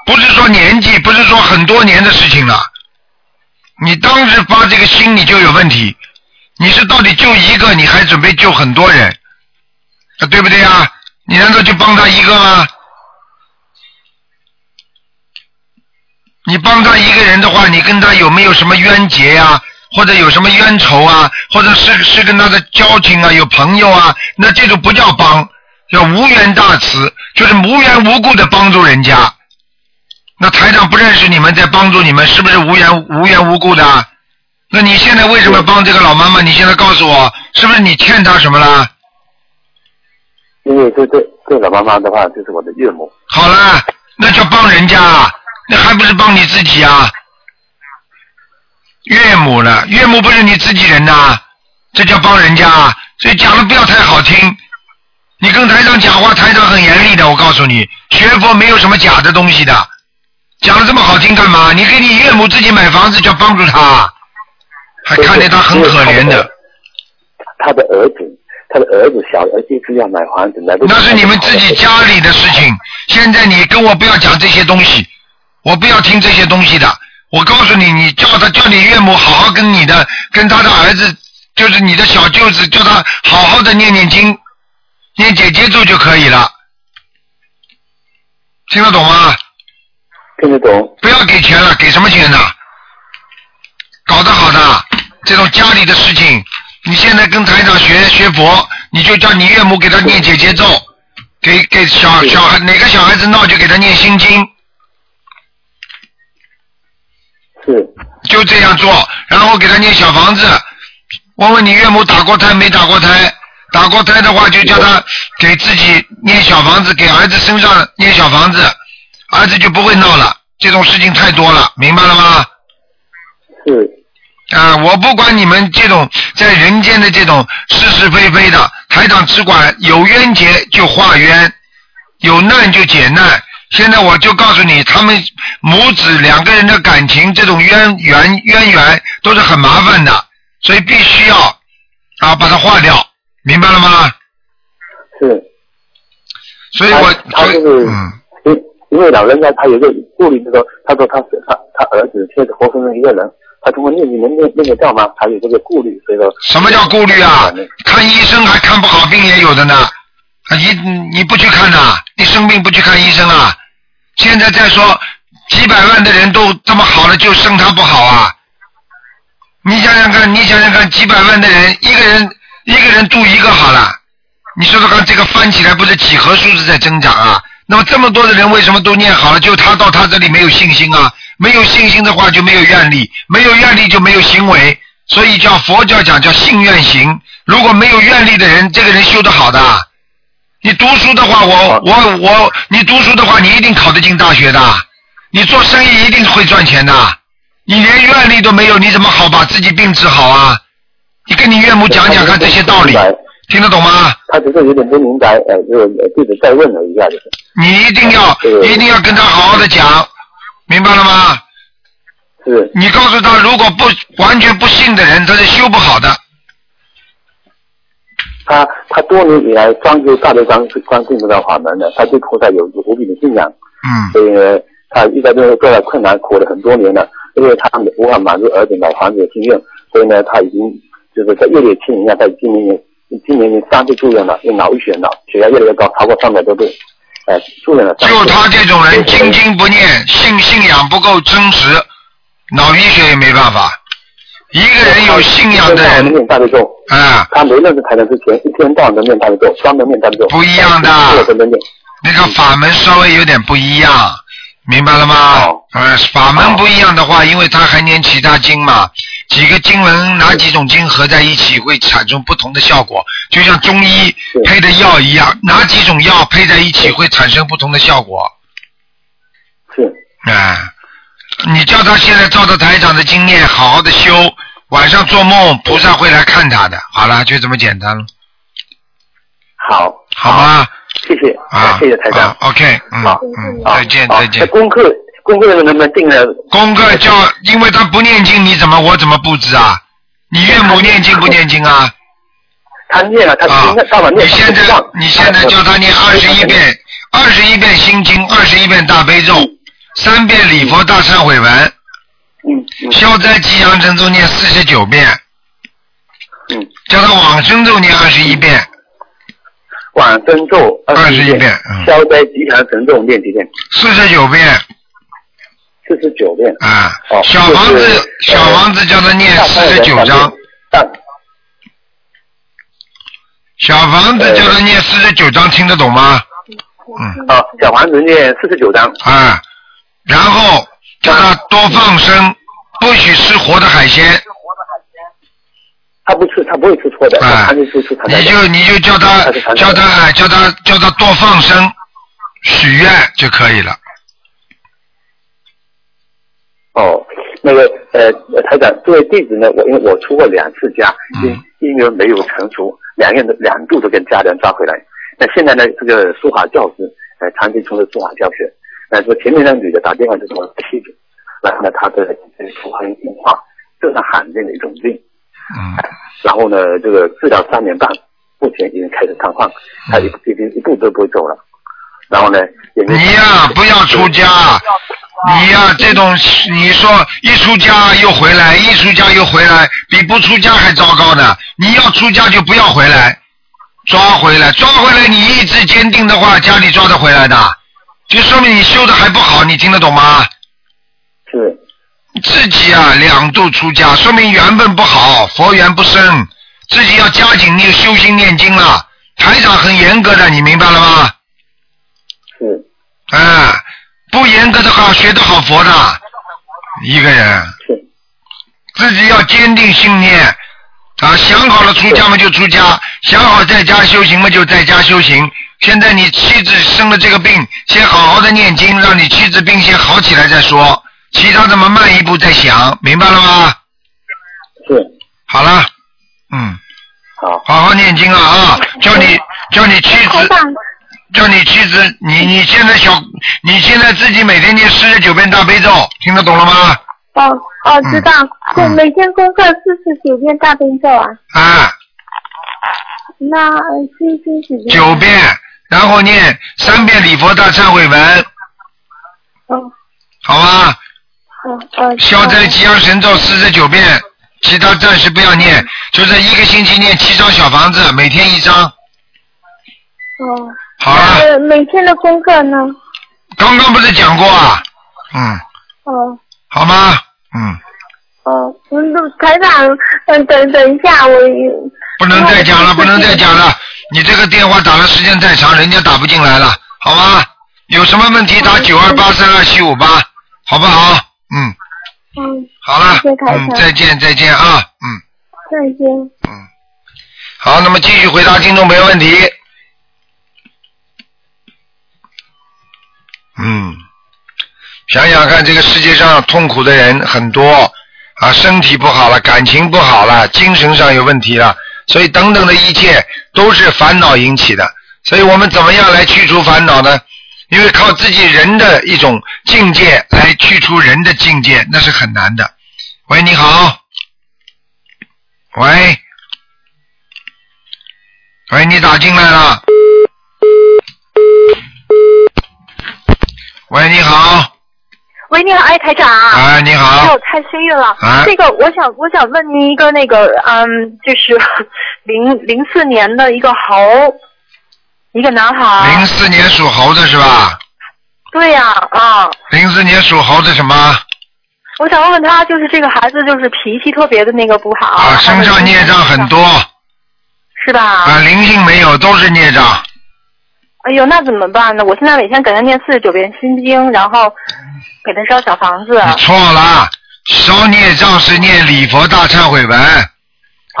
Speaker 1: 不是说年纪，不是说很多年的事情了。你当时发这个心，你就有问题。你是到底救一个，你还准备救很多人，啊，对不对啊？你难道就帮他一个吗？你帮他一个人的话，你跟他有没有什么冤结呀、或者有什么冤仇啊？或者是是跟他的交情啊，有朋友啊？那这种不叫帮，叫无缘大慈，就是无缘无故的帮助人家。那台长不认识你们，在帮助你们，是不是无缘无缘无故的啊？那你现在为什么帮这个老妈妈？你现在告诉我，是不是你欠她什么了？
Speaker 5: 因为这这这老妈妈的话，就是我的岳母，
Speaker 1: 好了，那叫帮人家，啊，那还不是帮你自己啊？岳母了，岳母不是你自己人呐、这叫帮人家啊。所以讲的不要太好听，你跟台长讲话，台长很严厉的，我告诉你，学佛没有什么假的东西的。讲的这么好听干嘛？你给你岳母自己买房子叫帮助她，还看见她很可怜的，
Speaker 5: 她的儿子，她的儿子小儿子一直要买房子，来不及
Speaker 1: 那是你们自己家里的事情。现在你跟我不要讲这些东西，我不要听这些东西的。我告诉你，你叫他叫你岳母好好跟你的跟他的儿子，就是你的小舅子，叫他好好的念念经，念姐姐咒就可以了。听得懂吗？
Speaker 5: 听得懂？
Speaker 1: 不要给钱了，给什么钱呢？搞得好的，这种家里的事情，你现在跟台长学学佛，你就叫你岳母给他念姐姐咒，给给小小孩哪个小孩子闹就给他念心经，
Speaker 5: 是
Speaker 1: 就这样做，然后给他念小房子。问问你岳母打过胎没打过胎？打过胎的话，就叫他给自己念小房子，给儿子身上念小房子，儿子就不会闹了。这种事情太多了，明白了吗？
Speaker 5: 是，
Speaker 1: 啊、我不管你们这种在人间的这种是是非非的，台长只管有冤结就化冤，有难就解难。现在我就告诉你，他们母子两个人的感情这种渊源渊源都是很麻烦的，所以必须要啊把它化掉，明白了吗？
Speaker 5: 是。
Speaker 1: 所以我
Speaker 5: 他他
Speaker 1: 所以
Speaker 5: 就是
Speaker 1: 嗯，
Speaker 5: 因因为老人家他有一个顾虑，就是说，他说他是他他儿子现在活生生一个人，他通过念经能念念得掉吗？他有这个顾虑，所以说
Speaker 1: 什么叫顾虑啊？看医生还看不好病也有的呢，啊你你不去看呐、你生病不去看医生啊？现在再说几百万的人都这么好了，就剩他不好啊？你想想看，你想想看，几百万的人，一个人一个人住一个好了，你说说看，这个翻起来不是几何数字在增长啊？那么这么多的人为什么都念好了，就他到他这里没有信心啊？没有信心的话就没有愿力，没有愿力就没有行为，所以叫佛教讲叫信愿行。如果没有愿力的人，这个人修得好的啊。你读书的话，我我我，你读书的话，你一定考得进大学的。啊你做生意一定会赚钱的。啊你连愿力都没有，你怎么好把自己病治好啊？你跟你岳母讲讲看这些道理，听得懂吗？
Speaker 5: 他只是有点不明白，呃，就是弟子再问了一下，就是
Speaker 1: 你一定要
Speaker 5: 对
Speaker 1: 一定要跟他好好的讲，明白了吗？
Speaker 5: 是
Speaker 1: 你告诉他，如果不完全不信的人，他是修不好的。
Speaker 5: 他他多年以来专修大德观观世音菩萨法门的，他对菩萨有无比的信仰，
Speaker 1: 嗯
Speaker 5: 所以呢，他遇到这种各样的困难苦了很多年了，因为他无法满足儿子老房子的心愿，所以呢，他已经就是在月底清明下，在今年也今年已经三次住院了，因为脑溢血脑血压越来越高，超过三百多度，哎、住院了三次。
Speaker 1: 就他这种人，
Speaker 5: 对
Speaker 1: 精进不念，信信仰不够真实，脑溢血也没办法。一个人有信仰的
Speaker 5: 他每天到晚都
Speaker 1: 人
Speaker 5: 念大悲咒，
Speaker 1: 啊，
Speaker 5: 他没认识台长之前，一天到晚都念大悲咒，专门念大悲咒，
Speaker 1: 不一样的
Speaker 5: 我都能念。
Speaker 1: 那个法门稍微有点不一样，明白了吗
Speaker 5: 哦？
Speaker 1: 呃，法门不一样的话，因为他还念其他经嘛，几个经文哪几种经合在一起会产生不同的效果，就像中医
Speaker 5: 对
Speaker 1: 配的药一样，哪几种药配在一起会产生不同的效果。
Speaker 5: 是
Speaker 1: 哎，你叫他现在照着台长的经验好好的修，晚上做梦菩萨会来看他的。好了，就这么简单了，
Speaker 5: 好，
Speaker 1: 好吗？
Speaker 5: 谢谢，
Speaker 1: 啊，
Speaker 5: 谢谢台长
Speaker 1: 啊。，OK，嗯
Speaker 5: 好
Speaker 1: 嗯，
Speaker 5: 好
Speaker 1: 再见
Speaker 5: 好
Speaker 1: 再
Speaker 5: 那
Speaker 1: 见。
Speaker 5: 功课功课能不能定了？
Speaker 1: 功课叫，因为他不念经，你怎么我怎么布置啊？你岳母念经不念经啊？
Speaker 5: 他念了，他
Speaker 1: 啊
Speaker 5: 今天到晚，
Speaker 1: 你
Speaker 5: 念，
Speaker 1: 现在
Speaker 5: 他不上
Speaker 1: 你现在叫他念二十一。遍，二十一遍心经，二十一遍大悲咒，三遍礼佛大忏悔文，
Speaker 5: 嗯嗯
Speaker 1: 消灾吉祥神咒念四十九遍，
Speaker 5: 嗯，
Speaker 1: 叫他往生咒念二十一遍，
Speaker 5: 往生咒
Speaker 1: 21
Speaker 5: 21
Speaker 1: 遍嗯
Speaker 5: 消灾吉祥神咒念几遍？
Speaker 1: 四十九遍
Speaker 5: 四十九遍。
Speaker 1: 啊
Speaker 5: 哦。
Speaker 1: 小房
Speaker 5: 就
Speaker 1: 子
Speaker 5: 是，
Speaker 1: 小房子叫他念
Speaker 5: 大
Speaker 1: 四
Speaker 5: 忏
Speaker 1: 十
Speaker 5: 悔
Speaker 1: 九
Speaker 5: 文
Speaker 1: 章，。
Speaker 5: 大
Speaker 1: 小房子叫他念四十九章，听得懂吗？
Speaker 5: 啊，小房子念四十九章。
Speaker 1: 啊，然后叫他多放生，不许吃活的海鲜
Speaker 5: 他不吃，他不会吃错的，
Speaker 1: 啊
Speaker 5: 他就吃吃他。
Speaker 1: 你就你就叫他
Speaker 5: 他是常
Speaker 1: 叫
Speaker 5: 态的
Speaker 1: 他哎叫他叫他多放生，许愿就可以了。
Speaker 5: 哦，那个呃，台长，作为弟子呢，我因为我出过两次家，因
Speaker 1: 嗯
Speaker 5: 因缘没有成熟，两人两度都跟家人抓回来。那现在呢，这个书法教师，呃，长期从事书法教学，那说前面那个女的打电话就说妻子，然后呢，她的呃符合硬化，这是罕见的一种病。
Speaker 1: 嗯
Speaker 5: 然后呢，这个治疗三年半，目前已经开始瘫痪，她一已经一步都不会走了。然后呢，也，
Speaker 1: 嗯
Speaker 5: 没有
Speaker 1: 你呀、不要出家，你呀、这种你说一出家又回来，一出家又回来，比不出家还糟糕呢。你要出家就不要回来，抓回来，抓回来，你意志坚定的话，家里抓得回来的，就说明你修的还不好，你听得懂吗？
Speaker 5: 是
Speaker 1: 自己啊两度出家，说明缘分不好，佛缘不深，自己要加紧那个修心念经了。台长很严格的，你明白了吗？
Speaker 5: 是
Speaker 1: 啊，不严格的话，学得好佛的，一个人
Speaker 5: 是，
Speaker 1: 自己要坚定信念啊，想好了出家嘛就出家，想好在家修行嘛就在家修行。现在你妻子生了这个病，先好好的念经，让你妻子病先好起来再说，其他的嘛慢一步再想，明白了吗？
Speaker 5: 是，
Speaker 1: 好了，嗯，
Speaker 5: 好，
Speaker 1: 好好念经啊啊，叫你叫你妻
Speaker 4: 台
Speaker 1: 子
Speaker 4: 长，
Speaker 1: 叫你妻子，你你现在小，你现在自己每天念四十九遍大悲咒，听得懂了吗？
Speaker 4: 哦
Speaker 1: 嗯
Speaker 4: 哦，知道，我每天功课四十九遍大悲咒啊，
Speaker 1: 啊，
Speaker 4: 那呃是是几遍？
Speaker 1: 九。遍，然后念三遍礼佛大忏悔文，
Speaker 4: 哦
Speaker 1: 好吧？
Speaker 4: 哦哦。
Speaker 1: 消灾吉祥神咒四十九遍，其他暂时不要念，就是一个星期念七张小房子，每天一张，
Speaker 4: 哦。
Speaker 1: 好了。
Speaker 4: 呃，每天的功课呢？
Speaker 1: 刚刚不是讲过啊？嗯，
Speaker 4: 哦。
Speaker 1: 好吗？嗯，
Speaker 4: 哦，嗯，台长，嗯，等等一下，我有
Speaker 1: 不能再讲了，不能再讲了。你这个电话打的时间太长，人家打不进来了，好吗？有什么问题打九二八三二七五八，好不好？嗯，
Speaker 4: 嗯，
Speaker 1: 好了
Speaker 4: 谢谢，台
Speaker 1: 嗯，
Speaker 4: 长
Speaker 1: 再见，再见啊，嗯，
Speaker 4: 再见。
Speaker 1: 好，那么继续回答听众朋友问题。嗯，想想看，这个世界上痛苦的人很多啊，身体不好了，感情不好了，精神上有问题了，所以等等的一切都是烦恼引起的。所以我们怎么样来去除烦恼呢？因为靠自己人的一种境界来去除人的境界，那是很难的。喂，你好。喂。喂，你打进来了。喂，你好，
Speaker 3: 喂，你好，哎，台长啊，
Speaker 1: 哎，你
Speaker 3: 哎
Speaker 1: 好
Speaker 3: 呦，，太幸运了。
Speaker 1: 哎
Speaker 3: 这个我想我想问您一个那个嗯，就是 零零四年的一个猴，一个男孩
Speaker 4: 啊
Speaker 1: 零。四年属猴子是吧？
Speaker 3: 对呀啊，
Speaker 1: 零四年属猴子什么？
Speaker 3: 我想问问他，就是这个孩子就是脾气特别的那个不好，
Speaker 1: 啊，
Speaker 3: 他
Speaker 1: 身
Speaker 3: 的
Speaker 1: 上孽障很多
Speaker 3: 是吧？
Speaker 1: 啊，灵性没有，都是孽障。
Speaker 3: 哎呦，那怎么办呢？我现在每天给他念四十九遍心经，然后给他烧小房子。啊
Speaker 1: 你错了，烧孽障是念礼佛大忏悔文，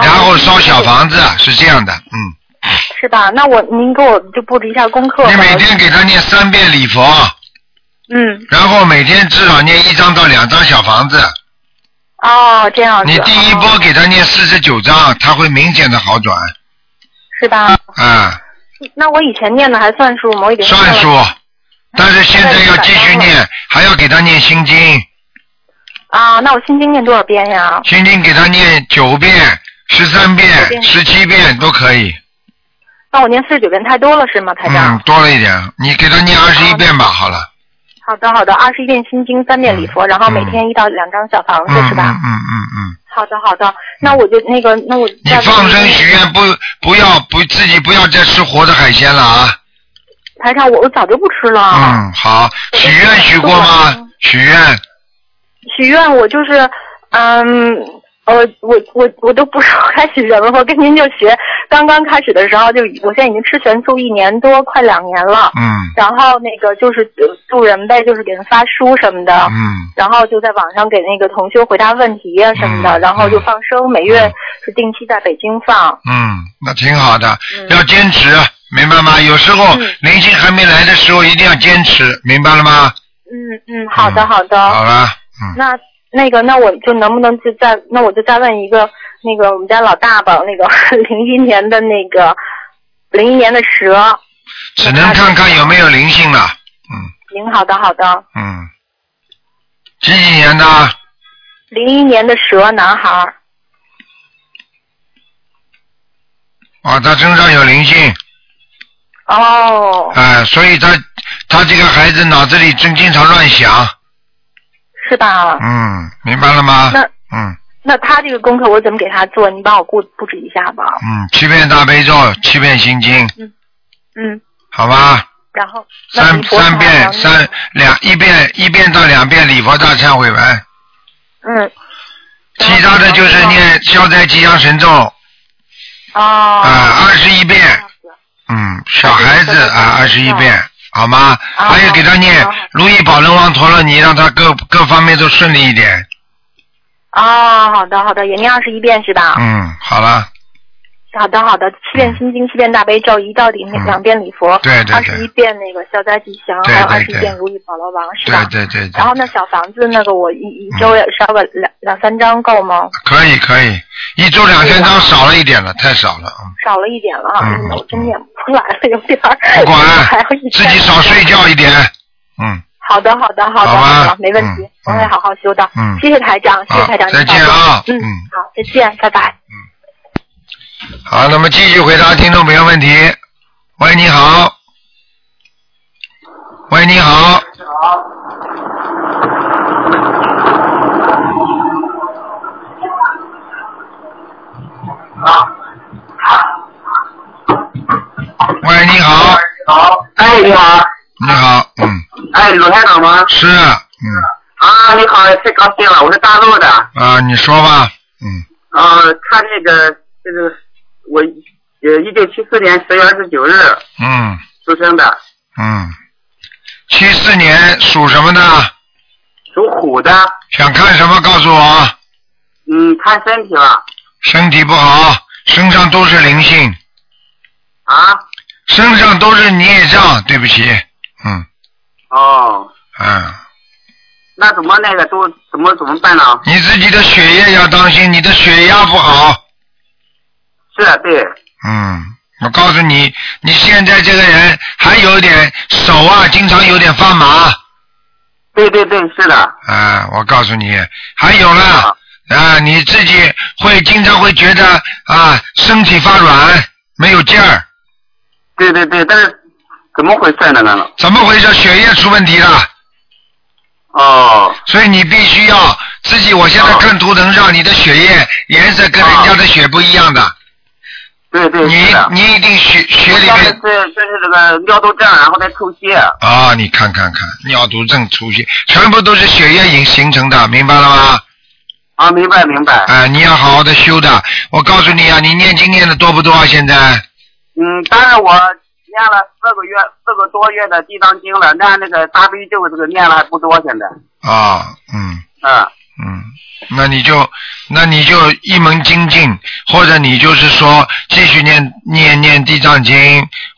Speaker 1: 然后烧小房子是这样的，嗯。
Speaker 3: 是吧？那我您给我就布置一下功课吧。
Speaker 1: 你每天给他念三遍礼佛，
Speaker 3: 嗯
Speaker 1: 然后每天至少念一张到两张小房子。
Speaker 3: 哦这样子。
Speaker 1: 你第一波
Speaker 3: 哦
Speaker 1: 给他念四十九张，他会明显的好转
Speaker 3: 是吧？
Speaker 1: 啊、
Speaker 3: 那我以前念的还算数吗？我已经念
Speaker 1: 算
Speaker 3: 了
Speaker 1: 数。但是现在要继续念，还要给他念心经，
Speaker 3: 啊。那我心经念多少遍呀？
Speaker 1: 心经给他念九遍、十三
Speaker 3: 九
Speaker 1: 遍、
Speaker 3: 遍
Speaker 1: 十七遍都可以。
Speaker 3: 那我念四十九遍太多了是吗，台长？
Speaker 1: 嗯，多了一点，你给他念二十一遍吧，好了。
Speaker 3: 好的好的，二十一遍心经，三遍礼佛，然后每天一到两张小房子、
Speaker 1: 嗯嗯
Speaker 3: 是
Speaker 1: 嗯
Speaker 3: 吧？
Speaker 1: 嗯嗯，
Speaker 3: 好的好的，那我就那个那我
Speaker 1: 你
Speaker 3: 再
Speaker 1: 放生许愿不不要不自己不要再吃活的海鲜了啊。
Speaker 3: 台长，我我早就不吃了。
Speaker 1: 嗯，好，许愿许过吗？许愿，
Speaker 3: 许愿我就是，嗯，我我我我都不知道该许什么，我跟您就学。刚刚开始的时候就，我现在已经吃全素一年多，快两年了。
Speaker 1: 嗯
Speaker 3: 然后那个就是呃助人呗，就是给人发书什么的。
Speaker 1: 嗯
Speaker 3: 然后就在网上给那个同修回答问题呀什么的，
Speaker 1: 嗯
Speaker 3: 然后就放生，每月
Speaker 1: 嗯
Speaker 3: 是定期在北京放。
Speaker 1: 嗯，那挺好的，
Speaker 3: 嗯
Speaker 1: 要坚持，明白吗？有时候
Speaker 3: 嗯
Speaker 1: 灵性还没来的时候，一定要坚持，明白了吗？
Speaker 3: 嗯嗯，好的
Speaker 1: 嗯
Speaker 3: 好的。
Speaker 1: 好了，嗯，
Speaker 3: 那那个，那我就能不能就再，那我就再问一个，那个我们家老大吧，那个 零一年的那个零一年的蛇，
Speaker 1: 只能看看有没有灵性了，嗯
Speaker 3: 您好的好的，
Speaker 1: 嗯，几几年的？
Speaker 3: 零一年的蛇男孩儿，
Speaker 1: 啊，他身上有灵性，
Speaker 3: 哦，
Speaker 1: 哎、所以他他这个孩子脑子里真经常乱想，
Speaker 3: 是吧？
Speaker 1: 嗯，明白了吗？
Speaker 3: 那
Speaker 1: 嗯
Speaker 3: 那他这个功课我怎么给他做？你帮我布布置一下吧。
Speaker 1: 嗯，七遍大悲咒，七遍心经，
Speaker 3: 嗯，
Speaker 1: 好吧？
Speaker 3: 然后那
Speaker 1: 三
Speaker 3: 你佛
Speaker 1: 三
Speaker 3: 台
Speaker 1: 遍
Speaker 3: 呢
Speaker 1: 三两一遍一遍到两遍礼佛大忏悔文，
Speaker 3: 嗯，
Speaker 1: 其他的就是念消灾吉祥神咒
Speaker 3: 哦，
Speaker 1: 啊，二十一
Speaker 3: 这
Speaker 1: 遍
Speaker 3: 样，哦子
Speaker 1: 嗯，小孩子啊二十一遍，好吗？
Speaker 3: 啊
Speaker 1: 还有给他念
Speaker 3: 好好
Speaker 1: 如意宝轮王陀罗尼，让他各各方面都顺利一点。
Speaker 3: 哦，好的好的，也念二十一遍是吧？
Speaker 1: 嗯，好了，
Speaker 3: 好的，好的，七遍心经，七遍大悲咒，一到底
Speaker 1: 嗯
Speaker 3: 两遍礼佛，
Speaker 1: 对对
Speaker 3: 二
Speaker 1: 对
Speaker 3: 十一遍那个消灾吉祥，
Speaker 1: 对
Speaker 3: 还有二
Speaker 1: 对
Speaker 3: 十
Speaker 1: 对
Speaker 3: 一遍如意宝罗王，是
Speaker 1: 对嗯
Speaker 3: 吧？
Speaker 1: 对对对
Speaker 3: 然，后那小房子那个我一一周也烧个两两三张够吗？
Speaker 1: 可以可以，一周两千
Speaker 3: 对
Speaker 1: 张
Speaker 3: 啊
Speaker 1: 少了一点了，太少了，嗯
Speaker 3: 少了一点了，
Speaker 1: 嗯
Speaker 3: 我真念不出来了，有点儿。
Speaker 1: 不管
Speaker 3: 还要一
Speaker 1: 自己少睡。觉一点，嗯
Speaker 3: 好的，好的，好的，
Speaker 1: 好吧
Speaker 3: 好的，没问题
Speaker 1: 嗯，
Speaker 3: 我会好好修的。
Speaker 1: 嗯
Speaker 3: 谢谢台长，谢谢
Speaker 1: 好
Speaker 3: 台长，
Speaker 1: 再
Speaker 3: 您保
Speaker 1: 见啊嗯
Speaker 3: 重嗯，好，再见，拜拜。
Speaker 1: 好，那么继续回答听众朋友问题。喂，你好。喂，你好。喂，你好，
Speaker 2: 好，哎，你好，
Speaker 1: 你好，嗯，
Speaker 2: 哎，鲁台长吗？
Speaker 1: 是，嗯，
Speaker 2: 啊，你好，太高兴了，我是大陆的。
Speaker 1: 啊，你说吧，嗯，
Speaker 2: 啊，他这个这个，我呃，一九七四年十月二十九日
Speaker 1: 嗯，
Speaker 2: 出生的，
Speaker 1: 嗯，七四年属什么的？
Speaker 2: 属虎的。
Speaker 1: 想看什么告诉我，
Speaker 2: 嗯，看身体吧。
Speaker 1: 身体不好，身上都是灵性，
Speaker 2: 啊，
Speaker 1: 身上都是孽障，对不起，嗯
Speaker 2: 哦，
Speaker 1: 嗯，
Speaker 2: 那怎么那个都怎么怎么办呢？
Speaker 1: 你自己的血液要当心，你的血压不好，
Speaker 2: 是啊对，
Speaker 1: 嗯，我告诉你，你现在这个人还有点手啊，经常有点发麻，
Speaker 2: 对对对，是的。
Speaker 1: 啊，我告诉你，还有啊了啊，你自己会经常会觉得啊身体发软，没有劲儿，
Speaker 2: 对对对，但是怎么回事呢？呢？
Speaker 1: 怎么回事？血液出问题了，
Speaker 2: 哦，
Speaker 1: 所以你必须要自己。我
Speaker 2: 啊
Speaker 1: 现在看图腾上，你的血液颜色跟人家的血不一样的，
Speaker 2: 对对，
Speaker 1: 你
Speaker 2: 啊是的。
Speaker 1: 你一定血血里
Speaker 2: 上次
Speaker 1: 面
Speaker 2: 是就是这个尿毒症，然后再抽血。
Speaker 1: 啊，你看看看，尿毒症出血，全部都是血液形形成的，明白了吗？
Speaker 2: 啊，明白明白。
Speaker 1: 啊，你要好好的修的。我告诉你啊，你念经念的多不多啊？现在
Speaker 2: 嗯，但是我念了四个月四个多月的地藏经了，但那个大悲咒这个念了还不多，现在。
Speaker 1: 啊，嗯
Speaker 2: 嗯，
Speaker 1: 嗯，那你就那你就一门精进，或者你就是说继续念念念地藏经，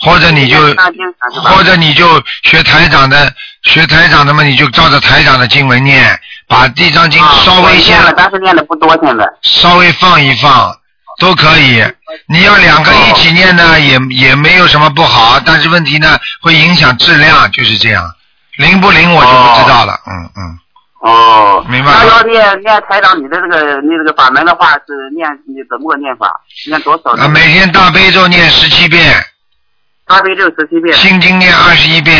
Speaker 1: 或者你就
Speaker 2: 地藏经啥是吧
Speaker 1: 或者你就学台长的学台长的嘛，你就照着台长的经文念，把地藏经
Speaker 2: 啊
Speaker 1: 稍微
Speaker 2: 我
Speaker 1: 先
Speaker 2: 念了，但是念的不多，现在。
Speaker 1: 稍微放一放都可以。你要两个
Speaker 2: 哦
Speaker 1: 一起念呢，也也没有什么不好，但是问题呢会影响质量，就是这样。灵不灵我就不知道了，嗯嗯。
Speaker 2: 哦，
Speaker 1: 明白了
Speaker 2: 那要念念台长你的这个你这个法门的话，是念你怎么个念法？念多少呢？
Speaker 1: 啊，每天大悲咒念十七遍，
Speaker 2: 大悲咒十七遍，
Speaker 1: 心经念二十一遍，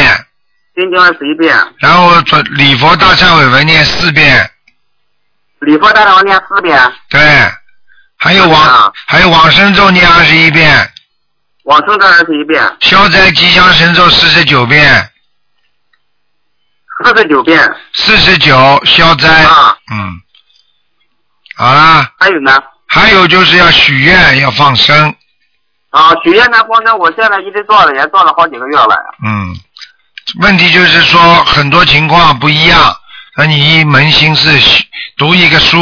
Speaker 2: 心经二十一遍，
Speaker 1: 然后准礼佛大忏悔文念四遍，
Speaker 2: 礼佛大忏悔念四遍，
Speaker 1: 对，还有
Speaker 2: 啊
Speaker 1: 往还有往生咒念二十一遍，
Speaker 2: 往生咒二十一遍，
Speaker 1: 消灾吉祥神咒四十九遍，
Speaker 2: 四十九遍
Speaker 1: 四十九消灾，
Speaker 2: 啊。
Speaker 1: 嗯，好啦。
Speaker 2: 还有呢？
Speaker 1: 还有就是要许愿，要放生，
Speaker 2: 啊，许愿呢，光呢，我现在一直做了，也做了好几个月了。
Speaker 1: 嗯。问题就是说很多情况不一样，那你一门心思许读一个书，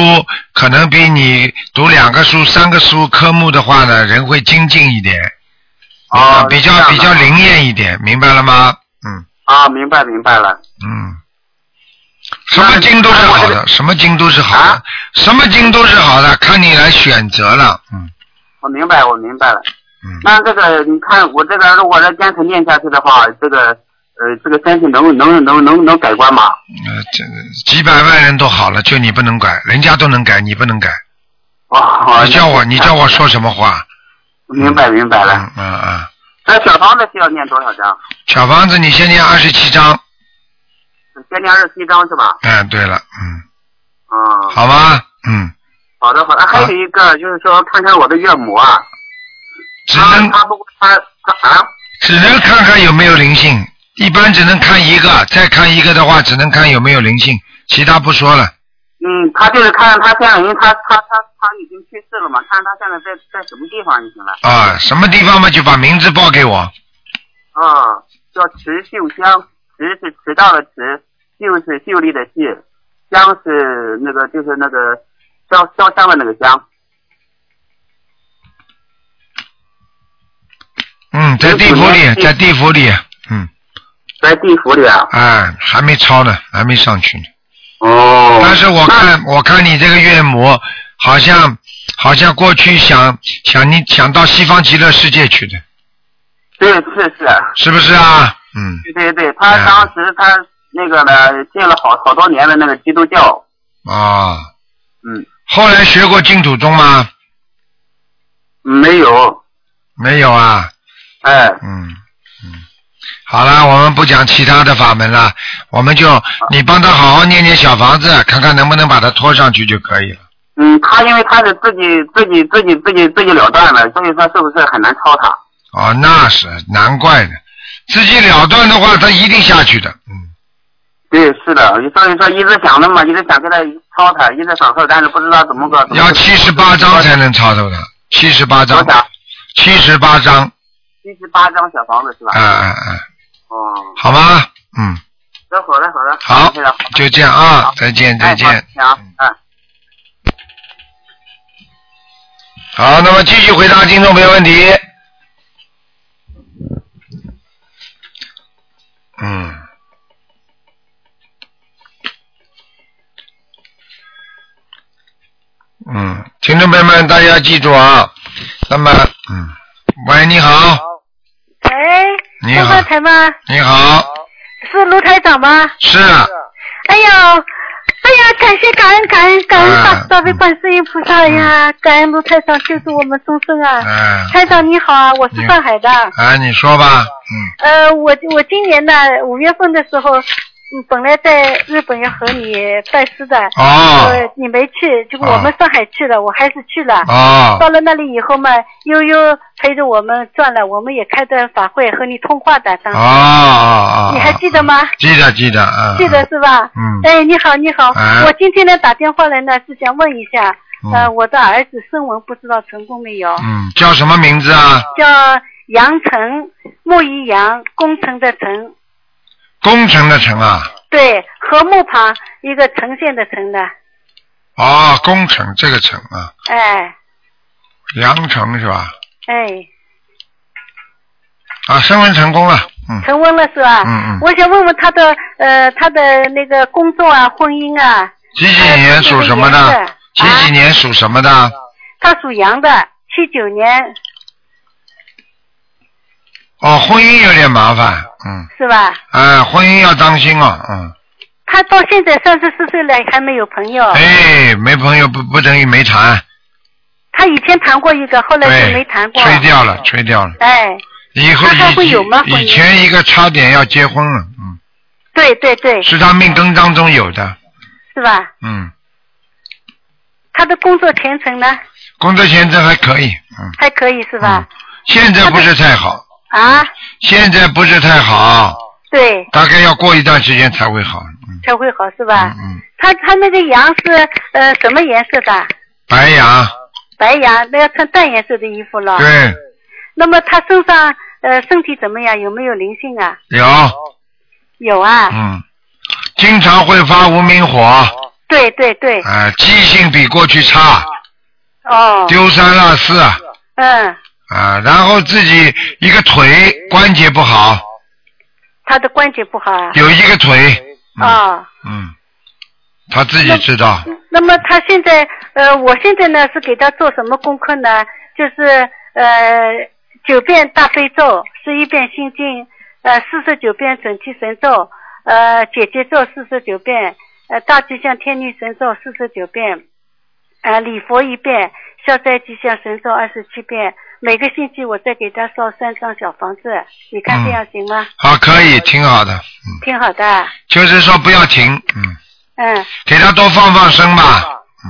Speaker 1: 可能比你读两个书、三个书科目的话呢，人会精进一点，
Speaker 2: 哦
Speaker 1: 啊，比
Speaker 2: 是这
Speaker 1: 较
Speaker 2: 样的
Speaker 1: 比较灵验一点，明白了吗？嗯
Speaker 2: 啊，明白明白了。
Speaker 1: 嗯。什么经都是好的，什么经都是好的
Speaker 2: 啊，
Speaker 1: 什么经都是好的，看你来选择了，嗯
Speaker 2: 我明白，我明白了。
Speaker 1: 嗯。
Speaker 2: 那这个，你看我这个，如果再坚持念下去的话，这个，呃，这个身体能能能能能改观吗？
Speaker 1: 呃，这几百万人都好了，就你不能改，人家都能改，你不能改。
Speaker 2: 哇，
Speaker 1: 你叫我，你叫我说什么话？
Speaker 2: 明白明白了。
Speaker 1: 嗯嗯嗯，
Speaker 2: 那小房子需要念多少张？
Speaker 1: 小房子，你先念二十七章。
Speaker 2: 先念二十七张是吧？
Speaker 1: 嗯，对了，嗯，
Speaker 2: 嗯，
Speaker 1: 好吗？嗯，
Speaker 2: 好的好的。还有一个就是说，看看我的岳母啊，
Speaker 1: 只
Speaker 2: 她
Speaker 1: 能
Speaker 2: 她不她她啊，
Speaker 1: 只能看看有没有灵性，一般只能看一个，再看一个的话，只能看有没有灵性，其他不说了。
Speaker 2: 嗯，她就是看看她现在，因为她她她她已经去世了嘛，看看她现在在在什么地方就行了。
Speaker 1: 啊，什么地方嘛，就把名字报给我。
Speaker 2: 啊，叫池秀香，池是迟到的迟，秀是秀丽的秀，香是那个就是那个烧烧香的那个香。
Speaker 1: 嗯，在地府里，在地府里。嗯，
Speaker 2: 在地府里啊。
Speaker 1: 哎，还没抄呢，还没上去呢。
Speaker 2: 哦。
Speaker 1: 但是我看，我看你这个岳母好像好像过去想想你想到西方极乐世界去的，
Speaker 2: 对，是是，
Speaker 1: 是不是啊？嗯，
Speaker 2: 对对对，他当时他那个呢，信了好好多年的那个基督教，
Speaker 1: 啊，
Speaker 2: 嗯，
Speaker 1: 后来学过净土宗吗？
Speaker 2: 嗯没有，
Speaker 1: 没有啊，
Speaker 2: 哎，
Speaker 1: 嗯嗯，好了，我们不讲其他的法门了，我们就你帮他好好念念小房子，看看能不能把他拖上去就可以了。
Speaker 2: 嗯，他因为他是自己自己自己自己自己了断的，所以说是不是很难超他？
Speaker 1: 哦，那是难怪的，自己了断的话，他一定下去的。嗯。
Speaker 2: 对，是的，所以说一直想着嘛，一直想跟他超他，一直想说，但是不知道怎么个。怎么
Speaker 1: 要
Speaker 2: 个
Speaker 1: 七十八张才能超头的，七十八张
Speaker 2: 多，少？
Speaker 1: 七十八张，
Speaker 2: 七十八张小房子是吧？
Speaker 1: 啊啊啊，
Speaker 2: 哦，
Speaker 1: 好吗？嗯，
Speaker 2: 那好的好的，
Speaker 1: 好
Speaker 2: 非常好，
Speaker 1: 就这样啊
Speaker 2: 好，
Speaker 1: 再见
Speaker 2: 哎
Speaker 1: 再见。
Speaker 2: 好行，嗯。
Speaker 1: 好，那么继续回答听众朋友问题。嗯。嗯，听众朋友们，大家记住啊。那么，嗯，喂，你好，
Speaker 4: 喂，
Speaker 1: 你
Speaker 4: 东
Speaker 1: 好
Speaker 4: 方，台吗？
Speaker 1: 你好，
Speaker 4: 是卢台长吗？
Speaker 1: 是，
Speaker 4: 哎呦，哎呀，感谢感恩感恩感恩大
Speaker 1: 啊
Speaker 4: 慈大
Speaker 6: 慈悲观世音菩萨呀，感恩卢太长救助我们众生啊！
Speaker 1: 嗯，
Speaker 6: 台长你好啊，我是
Speaker 1: 你
Speaker 6: 上海的。
Speaker 1: 啊，你说吧，嗯，
Speaker 6: 呃，我我今年呢五月份的时候，嗯本来在日本要和你拜师的，
Speaker 1: 哦，
Speaker 6: 呃，你没去，结果我们上海去了，我还是去了。
Speaker 1: 哦，
Speaker 6: 到了那里以后嘛，悠悠陪着我们转了，我们也开的法会和你通话的，当
Speaker 1: 哦，
Speaker 6: 时、
Speaker 1: 哦，
Speaker 6: 你还记得吗？
Speaker 1: 记得记得啊，嗯
Speaker 6: 记得，是吧？
Speaker 1: 嗯
Speaker 6: 哎，你好，你好，
Speaker 1: 哎
Speaker 6: 我今天呢打电话来呢是想问一下，
Speaker 1: 嗯
Speaker 6: 呃，我的儿子声纹不知道成功没有？
Speaker 1: 嗯，叫什么名字啊？
Speaker 6: 叫杨成，木一杨，工程的程，
Speaker 1: 工程的程啊，
Speaker 6: 对，禾木旁一个呈现的呈呢，
Speaker 1: 哦，工程这个程啊，
Speaker 6: 哎
Speaker 1: 羊城是吧？
Speaker 6: 哎，
Speaker 1: 啊，升温成功了，嗯，
Speaker 6: 成温了是吧？
Speaker 1: 嗯嗯
Speaker 6: 我想问问他的呃他的那个工作啊，婚姻啊，
Speaker 1: 几几年属什么
Speaker 6: 呃
Speaker 1: 的？
Speaker 6: 这
Speaker 1: 几
Speaker 6: 个
Speaker 1: 几
Speaker 6: 颜色啊，
Speaker 1: 年属什么的？
Speaker 6: 他属羊的，七九年
Speaker 1: 哦，婚姻有点麻烦，嗯，
Speaker 6: 是吧？
Speaker 1: 哎，婚姻要当心哦，嗯，
Speaker 6: 他到现在三十四岁了，还没有朋友。
Speaker 1: 哎，没朋友不不等于没谈，
Speaker 6: 他以前谈过一个，后来
Speaker 1: 对，
Speaker 6: 就没谈过。
Speaker 1: 吹掉了，吹掉了，
Speaker 6: 哎，
Speaker 1: 以后
Speaker 6: 那还会有吗
Speaker 1: 以以前一个差点要结婚了，嗯，
Speaker 6: 对对对，
Speaker 1: 是他命根当中有的，
Speaker 6: 是吧？
Speaker 1: 嗯，
Speaker 6: 他的工作前程呢，
Speaker 1: 工作签证还可以，嗯，
Speaker 6: 还可以是吧？
Speaker 1: 现在不是太好，
Speaker 6: 啊，
Speaker 1: 现在不是太好，
Speaker 6: 对，
Speaker 1: 大概要过一段时间才会好，嗯
Speaker 6: 才会好是吧？
Speaker 1: 嗯嗯，
Speaker 6: 他他那个羊是呃什么颜色的？
Speaker 1: 白羊，
Speaker 6: 白羊，那要穿淡颜色的衣服了。
Speaker 1: 对，
Speaker 6: 那么他身上呃身体怎么样？有没有灵性啊？
Speaker 1: 有，
Speaker 6: 有啊。
Speaker 1: 嗯，经常会发无名火，啊、
Speaker 6: 对对对。
Speaker 1: 记性比过去差，
Speaker 6: 哦。
Speaker 1: 丢三落四，啊、
Speaker 6: 嗯，
Speaker 1: 然后自己一个腿关节不好，
Speaker 6: 他的关节不好啊。
Speaker 1: 有一个腿，嗯、
Speaker 6: 哦。
Speaker 1: 嗯，他自己知道，
Speaker 6: 那么他现在，呃，我现在呢是给他做什么功课呢？就是呃九遍大悲咒，十一遍心经，呃四十九遍准提神咒，呃姐姐咒四十九遍，呃大吉祥天女神咒四十九遍，呃礼佛一遍，消灾吉祥神咒二十七遍。每个星期我再给他烧三张小房子，你看这样行吗？
Speaker 1: 好，啊可以，挺好的，嗯，
Speaker 6: 挺好的，
Speaker 1: 就是说不要停，嗯，
Speaker 6: 嗯，
Speaker 1: 给他多放放生吧，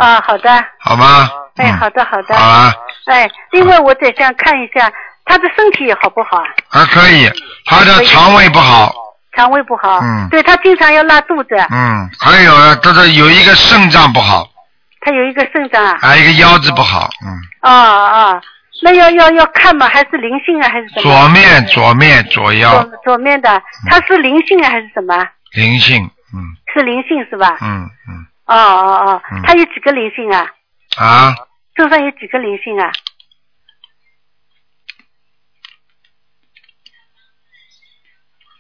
Speaker 6: 啊好的，
Speaker 1: 好吗？
Speaker 6: 哎
Speaker 1: 嗯
Speaker 6: 好的好的。
Speaker 1: 好啊，
Speaker 6: 哎，另外我得想看一下他的身体好不好啊？
Speaker 1: 还可以，他的肠胃不好，
Speaker 6: 肠胃不好，
Speaker 1: 嗯
Speaker 6: 对他经常要拉肚子，
Speaker 1: 嗯，还有啊，他的有一个肾脏不好，
Speaker 6: 他有一个肾脏啊，
Speaker 1: 还有一个腰子不好，嗯。
Speaker 6: 哦哦，那要要要看嘛，还是灵性啊，还是什么？
Speaker 1: 左面左面嗯左腰
Speaker 6: 左左面的，他是灵性啊，还是什么？
Speaker 1: 灵性，嗯
Speaker 6: 是灵性是吧？
Speaker 1: 嗯嗯
Speaker 6: 哦哦哦
Speaker 1: 嗯，
Speaker 6: 他有几个灵性啊？
Speaker 1: 啊，
Speaker 6: 身上有几个灵性啊？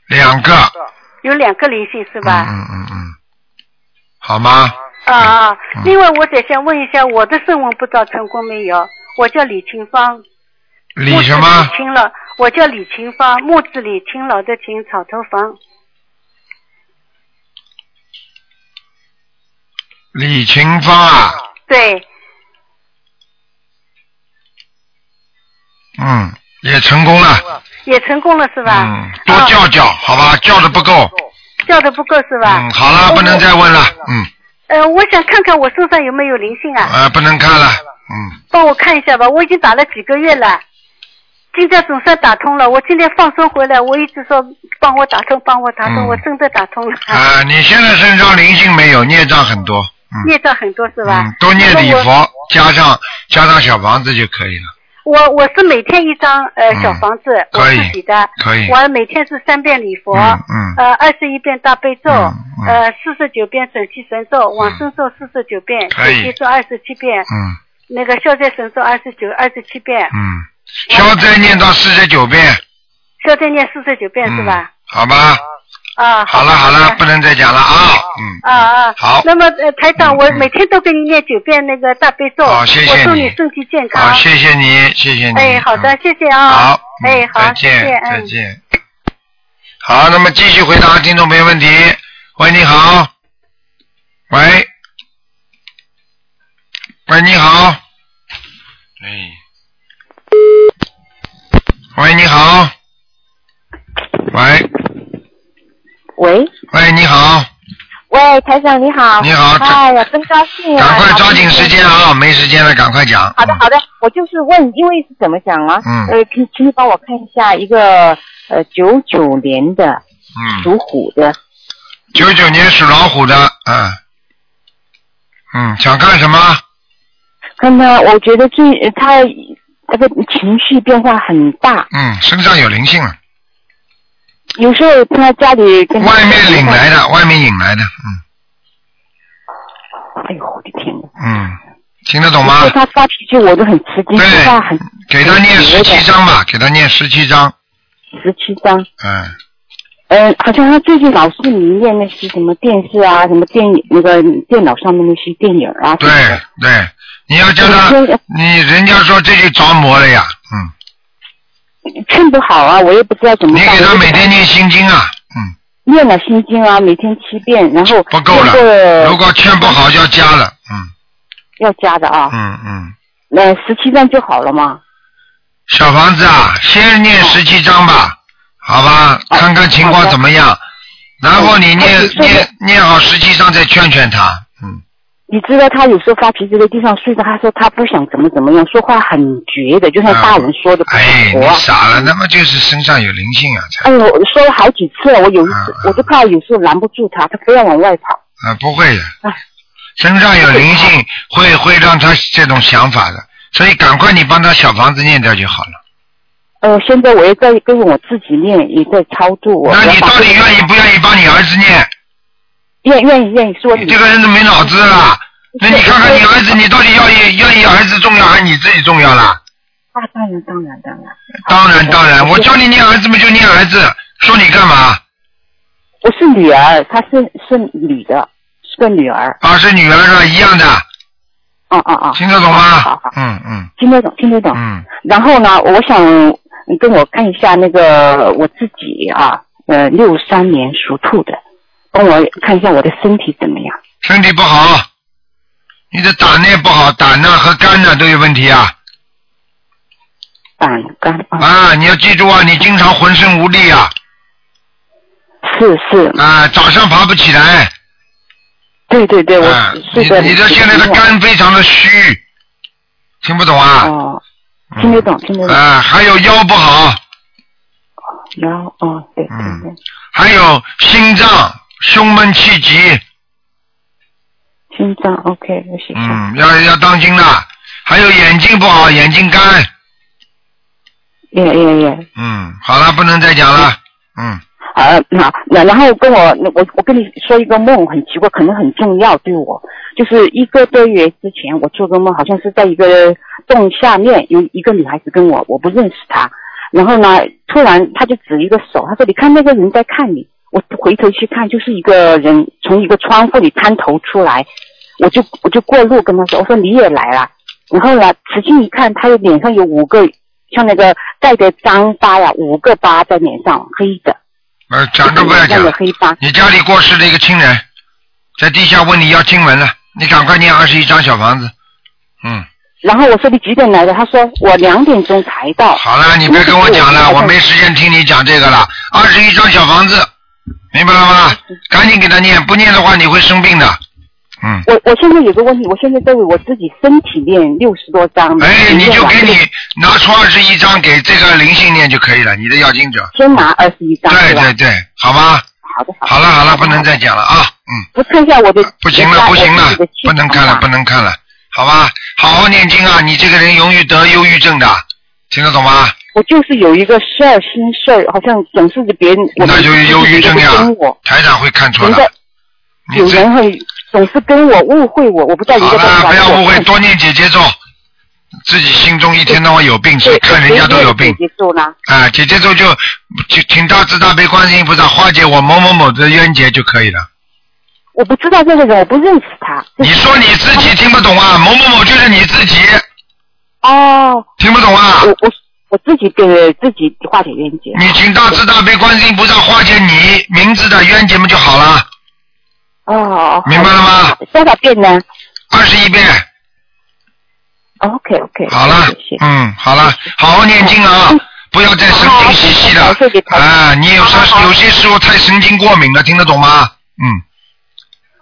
Speaker 1: 两个，
Speaker 6: 有两个灵性是
Speaker 1: 嗯
Speaker 6: 吧？
Speaker 1: 嗯嗯嗯，好吗？
Speaker 6: 啊啊
Speaker 1: 嗯！
Speaker 6: 另外我得想问一下，我的圣文不知道成功没有？我叫李清芳。
Speaker 1: 李
Speaker 6: 木字
Speaker 1: 什么
Speaker 6: 李？清老，我叫李清芳，木字李，勤劳的勤，草头房。
Speaker 1: 李勤芳啊，
Speaker 6: 对，
Speaker 1: 嗯，也成功了，
Speaker 6: 也成功了是吧？哦
Speaker 1: 嗯，多叫叫，好吧，叫的不够，
Speaker 6: 叫的不够是吧？
Speaker 1: 嗯，好了，不能再问了，嗯，
Speaker 6: 呃，我想看看我身上有没有灵性啊，
Speaker 1: 啊，不能看了，嗯，
Speaker 6: 帮我看一下吧。我已经打了几个月了，今天总算打通了。我今天放松回来，我一直说帮我打通，帮我打通，
Speaker 1: 嗯
Speaker 6: 我真的打通了。
Speaker 1: 啊，你现在身上灵性没有，孽障很多，嗯
Speaker 6: 孽障很多是吧
Speaker 1: 嗯，？多念礼
Speaker 6: 那么
Speaker 1: 佛，加上加上小房子就可以了，
Speaker 6: 我我我是每天一张呃
Speaker 1: 嗯
Speaker 6: 小房子，我
Speaker 1: 可以
Speaker 6: 自己的。
Speaker 1: 可以，
Speaker 6: 我每天是三遍礼佛，
Speaker 1: 嗯嗯
Speaker 6: 呃，二十一遍大悲咒，
Speaker 1: 嗯嗯
Speaker 6: 呃，四十九遍准提神咒，往生咒四十九遍，
Speaker 1: 嗯可以
Speaker 6: 解结咒二十七遍，
Speaker 1: 嗯。
Speaker 6: 那个消灾神咒二十九、二十七遍，
Speaker 1: 嗯，消灾念到四十九遍，
Speaker 6: 消灾念四十九遍
Speaker 1: 嗯，
Speaker 6: 是吧？
Speaker 1: 好吧，
Speaker 6: 啊，
Speaker 1: 嗯好了
Speaker 6: 的
Speaker 1: 好
Speaker 6: 的
Speaker 1: 了，不能再讲了啊，嗯，
Speaker 6: 啊啊，
Speaker 1: 好
Speaker 6: 那么呃，台长，
Speaker 1: 嗯
Speaker 6: 我
Speaker 1: 嗯
Speaker 6: 每天都给你念九遍那个大悲咒，
Speaker 1: 好谢谢
Speaker 6: 我祝
Speaker 1: 你
Speaker 6: 你身体健康
Speaker 1: 好，。谢谢你，谢谢你，
Speaker 6: 哎，好的
Speaker 1: 嗯，
Speaker 6: 谢谢啊。
Speaker 1: 好，嗯
Speaker 6: 哎，好，
Speaker 1: 再
Speaker 6: 谢谢
Speaker 1: 见，再
Speaker 6: 嗯。
Speaker 1: 见。好，那么继续回答听众朋友问题。喂，你好，喂，喂，你好。哎。喂，你好。喂。
Speaker 2: 喂。
Speaker 1: 喂，你好，
Speaker 2: 喂，台长你好。
Speaker 1: 你
Speaker 6: 哦
Speaker 1: 好
Speaker 2: 哎呀，真高兴啊！
Speaker 1: 赶快抓紧时间啊，没时间了，赶快讲。
Speaker 2: 好的，好的，我就是问，因为是怎么讲啊？
Speaker 1: 嗯
Speaker 2: 呃，请请你帮我看一下一个呃九九年的
Speaker 1: 嗯，
Speaker 2: 属虎的，
Speaker 1: 九九年属老虎的，嗯，嗯，想干什么？
Speaker 2: 看他，我觉得最呃他那个情绪变化很大，
Speaker 1: 嗯，身上有灵性了，
Speaker 2: 有时候他家里跟他
Speaker 1: 外面领来的，外面引来的，
Speaker 2: 哎呦我的天呐！
Speaker 1: 嗯嗯，听得懂吗
Speaker 2: 有时候？他发脾气我都很吃惊，
Speaker 1: 啊对
Speaker 2: 说话很
Speaker 1: 给他念十七章吧，给他念十七章，
Speaker 2: 十七张。
Speaker 1: 嗯，
Speaker 2: 嗯，好像他最近老是迷恋那些什么电视啊，什么电影那个电脑上面那些电影啊。
Speaker 1: 对对，你要叫他，
Speaker 2: 劝
Speaker 1: 你人家说这就着魔了呀，嗯，
Speaker 2: 劝不好啊，我也不知道怎么
Speaker 1: 你
Speaker 2: 办。
Speaker 1: 给他
Speaker 2: 我就
Speaker 1: 每天念心经啊，嗯，
Speaker 2: 念了心经啊，每天七遍，然后
Speaker 1: 不够了，
Speaker 2: 那个
Speaker 1: 如果劝不好就要加了，嗯
Speaker 2: 要加的啊，
Speaker 1: 嗯嗯，
Speaker 2: 那十七张就好了嘛。
Speaker 1: 小房子啊，先念十七章吧，好吧，
Speaker 2: 哦
Speaker 1: 看看情况
Speaker 2: 嗯好的
Speaker 1: 怎么样，然后你
Speaker 2: 哎
Speaker 1: 念
Speaker 2: 你说的
Speaker 1: 念念好十七章再劝劝他，嗯，
Speaker 2: 你知道他有时候发脾气在地上睡着，他说他不想怎么怎么样，说话很绝的，就像大人说的不
Speaker 1: 哎，
Speaker 2: 像
Speaker 1: 你
Speaker 2: 活啊。
Speaker 1: 傻了，那么就是身上有灵性啊，才。
Speaker 2: 哎呦，我说了好几次了，我有一次
Speaker 1: 嗯嗯
Speaker 2: 我都怕有时候拦不住他，他非要往外跑。
Speaker 1: 啊，不会的
Speaker 2: 哎，
Speaker 1: 身上有灵性会会让他这种想法的，所以赶快你帮他小房子念掉就好了。
Speaker 2: 呃，现在我也在跟我自己念，也在操作我。
Speaker 1: 那
Speaker 2: 我
Speaker 1: 你
Speaker 2: 把
Speaker 1: 到底愿意不愿意帮你儿子念？
Speaker 2: 愿愿意愿意说
Speaker 1: 你
Speaker 2: 你
Speaker 1: 这个人怎么没脑子啦？那你看看你儿子，你到底要意愿意儿子重要还是你自己重要啦？
Speaker 2: 啊，当然当然当然，
Speaker 1: 当然当然，我叫你念儿子嘛就念儿子，说你干嘛？
Speaker 2: 我是女儿，她是是女的，是个女儿。
Speaker 1: 啊，是女儿是吧一样的，
Speaker 2: 啊啊啊！
Speaker 1: 听得懂
Speaker 2: 好
Speaker 1: 吗
Speaker 2: 好？
Speaker 1: 嗯嗯
Speaker 2: 听得懂，听得懂。
Speaker 1: 嗯，
Speaker 2: 然后呢，我想你跟我看一下那个我自己啊，呃，六三年属兔的，帮我看一下我的身体怎么样。
Speaker 1: 身体不好，你的胆也不好，胆呐和肝呐都有问题啊。
Speaker 2: 胆肝啊，
Speaker 1: 啊，你要记住啊，你经常浑身无力啊，
Speaker 2: 是是，
Speaker 1: 啊，早上爬不起来，
Speaker 2: 对对对，我
Speaker 1: 啊，
Speaker 2: 是
Speaker 1: 你你的现在的肝非常的虚，听不懂啊？
Speaker 2: 哦，听得懂，听得懂。
Speaker 1: 啊，还有腰不好，
Speaker 2: 然后哦，对对
Speaker 1: 嗯
Speaker 2: 对，
Speaker 1: 还有心脏胸闷气急，
Speaker 2: 心脏 OK，我写下。
Speaker 1: 嗯，要要当心了。还有眼睛不好，眼睛干，
Speaker 2: 耶耶耶！
Speaker 1: 嗯，好了，不能再讲了，嗯，
Speaker 2: 啊，那那然后跟我我我跟你说一个梦，很奇怪，可能很重要对我。就是一个多月之前，我做个梦，好像是在一个洞下面有一个女孩子跟我，我不认识她。然后呢，突然她就指一个手，她说：“你看那个人在看你。”我回头去看，就是一个人从一个窗户里探头出来，我就我就过路跟她说：“我说你也来了。”然后呢，仔细一看，她的脸上有五个像那个带着脏疤呀，五个疤在脸上，黑的。
Speaker 1: 呃，
Speaker 2: 啊
Speaker 1: 讲都不要讲
Speaker 2: 有。黑疤。
Speaker 1: 你家里过世的一个亲人，在地下问你要经文了，你赶快念二十一张小房子，嗯。
Speaker 2: 然后我说你几点来的？他说我两点钟才到。
Speaker 1: 好了，你别跟我讲了，
Speaker 2: 嗯
Speaker 1: 我没时间听你讲这个了。二十一张小房子，明白了吗？赶紧给他念，不念的话你会生病的。嗯，
Speaker 2: 我我现在有个问题，我现在对我自己身体练六十多张。
Speaker 1: 哎，你就给
Speaker 2: 每天晚上
Speaker 1: 你拿出二十一张给这个灵性念就可以了，你的要经者。
Speaker 2: 先拿二十一张，
Speaker 1: 对
Speaker 2: 是吧
Speaker 1: 对对，好吧，
Speaker 2: 好的好的。
Speaker 1: 好了好了，不能再讲了啊，嗯，
Speaker 2: 我看一下我的。
Speaker 1: 不行了
Speaker 2: 我
Speaker 1: 不行
Speaker 2: 我
Speaker 1: 了
Speaker 2: 自己的气，啊
Speaker 1: 不能看了
Speaker 2: 场吧
Speaker 1: 不能看了，好吧，好好念经啊，你这个人容易得忧郁症的，听得懂吗？
Speaker 2: 我就是有一个事儿心事儿，好像总是别人。我
Speaker 1: 那就是忧郁症呀
Speaker 2: 跟我，
Speaker 1: 台长会看错
Speaker 2: 人在
Speaker 1: 的，你
Speaker 2: 有
Speaker 1: 自
Speaker 2: 人会总是跟我误会我，我不知道人
Speaker 1: 好
Speaker 2: 家在
Speaker 1: 了，不
Speaker 2: 玩
Speaker 1: 要
Speaker 2: 我
Speaker 1: 误会，多念姐姐咒。自己心中一天到晚有病，所以
Speaker 2: 对
Speaker 1: 看人家都有病
Speaker 2: 结束了。
Speaker 1: 啊。姐姐咒就就请大慈大悲观世音菩萨化解我某某某的冤结就可以了。
Speaker 2: 我不知道这个人，我不认识他。
Speaker 1: 你说你自己听不懂啊？某某某就是你自己，
Speaker 2: 哦，
Speaker 1: 听不懂啊哎
Speaker 2: 我？我我自己给自己化解冤结。
Speaker 1: 你请大慈大悲观世音菩萨化解你名字的冤结不就好了？
Speaker 2: 哦，
Speaker 1: 明白了吗？
Speaker 2: 多少遍呢？
Speaker 1: 二十一遍，
Speaker 2: OK OK，
Speaker 1: 好了
Speaker 2: 谢谢，
Speaker 1: 嗯，好了，好好念经啊，不要再神经兮兮的
Speaker 2: 好好谢谢台长
Speaker 1: 啊！你有时候有些时候太神经过敏了，听得懂吗？嗯，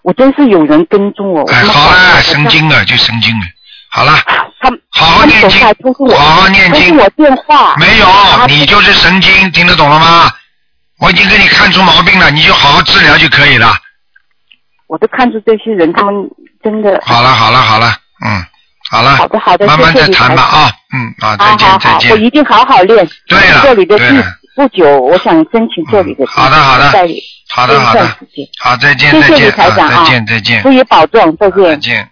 Speaker 2: 我真是有人跟踪我，我
Speaker 1: 哎，
Speaker 2: 他妈
Speaker 1: 好
Speaker 2: 吓
Speaker 1: 了，
Speaker 2: 我
Speaker 1: 神经啊，就神经了。好了，
Speaker 2: 他们
Speaker 1: 好
Speaker 2: 他
Speaker 1: 好
Speaker 2: 们
Speaker 1: 念
Speaker 2: 走
Speaker 1: 经
Speaker 2: 出来通知，我，
Speaker 1: 好好念
Speaker 2: 通
Speaker 1: 经
Speaker 2: 知。我电话，
Speaker 1: 没有，你就是神经，听得懂了吗？我已经给你看出毛病了，你就好好治疗就可以了。
Speaker 2: 我都看出这些人他们真的
Speaker 1: 好了，好了，好了，嗯，好了，
Speaker 2: 好的好的，
Speaker 1: 慢慢
Speaker 2: 谢谢
Speaker 1: 再
Speaker 2: 你
Speaker 1: 谈吧
Speaker 2: 台长
Speaker 1: 啊，嗯，啊，再
Speaker 2: 好好
Speaker 1: 见，再
Speaker 2: 好，
Speaker 1: 见
Speaker 2: 我。一定好好练。
Speaker 1: 对了
Speaker 2: 这里的不
Speaker 1: 对了
Speaker 2: 不久，我想申请这里的
Speaker 1: 嗯好的好的
Speaker 2: 代理。
Speaker 1: 好的，好
Speaker 2: 段
Speaker 1: 的，
Speaker 2: 时间，
Speaker 1: 好，再见，
Speaker 2: 谢
Speaker 1: 再
Speaker 2: 谢你
Speaker 1: 见，
Speaker 2: 台长
Speaker 1: 啊，
Speaker 2: 啊
Speaker 1: 再见，再见。
Speaker 2: 注意保重，再
Speaker 1: 再
Speaker 2: 见。
Speaker 1: 见。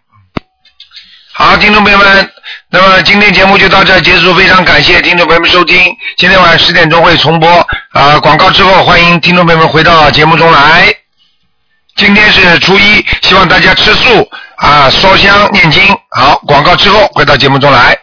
Speaker 1: 好，听众朋友们，那么今天节目就到这儿结束，非常感谢听众朋友们收听。今天晚上十点钟会重播，啊，广告之后欢迎听众朋友们回到节目中来。今天是初一，希望大家吃素啊，烧香念经。好，广告之后回到节目中来。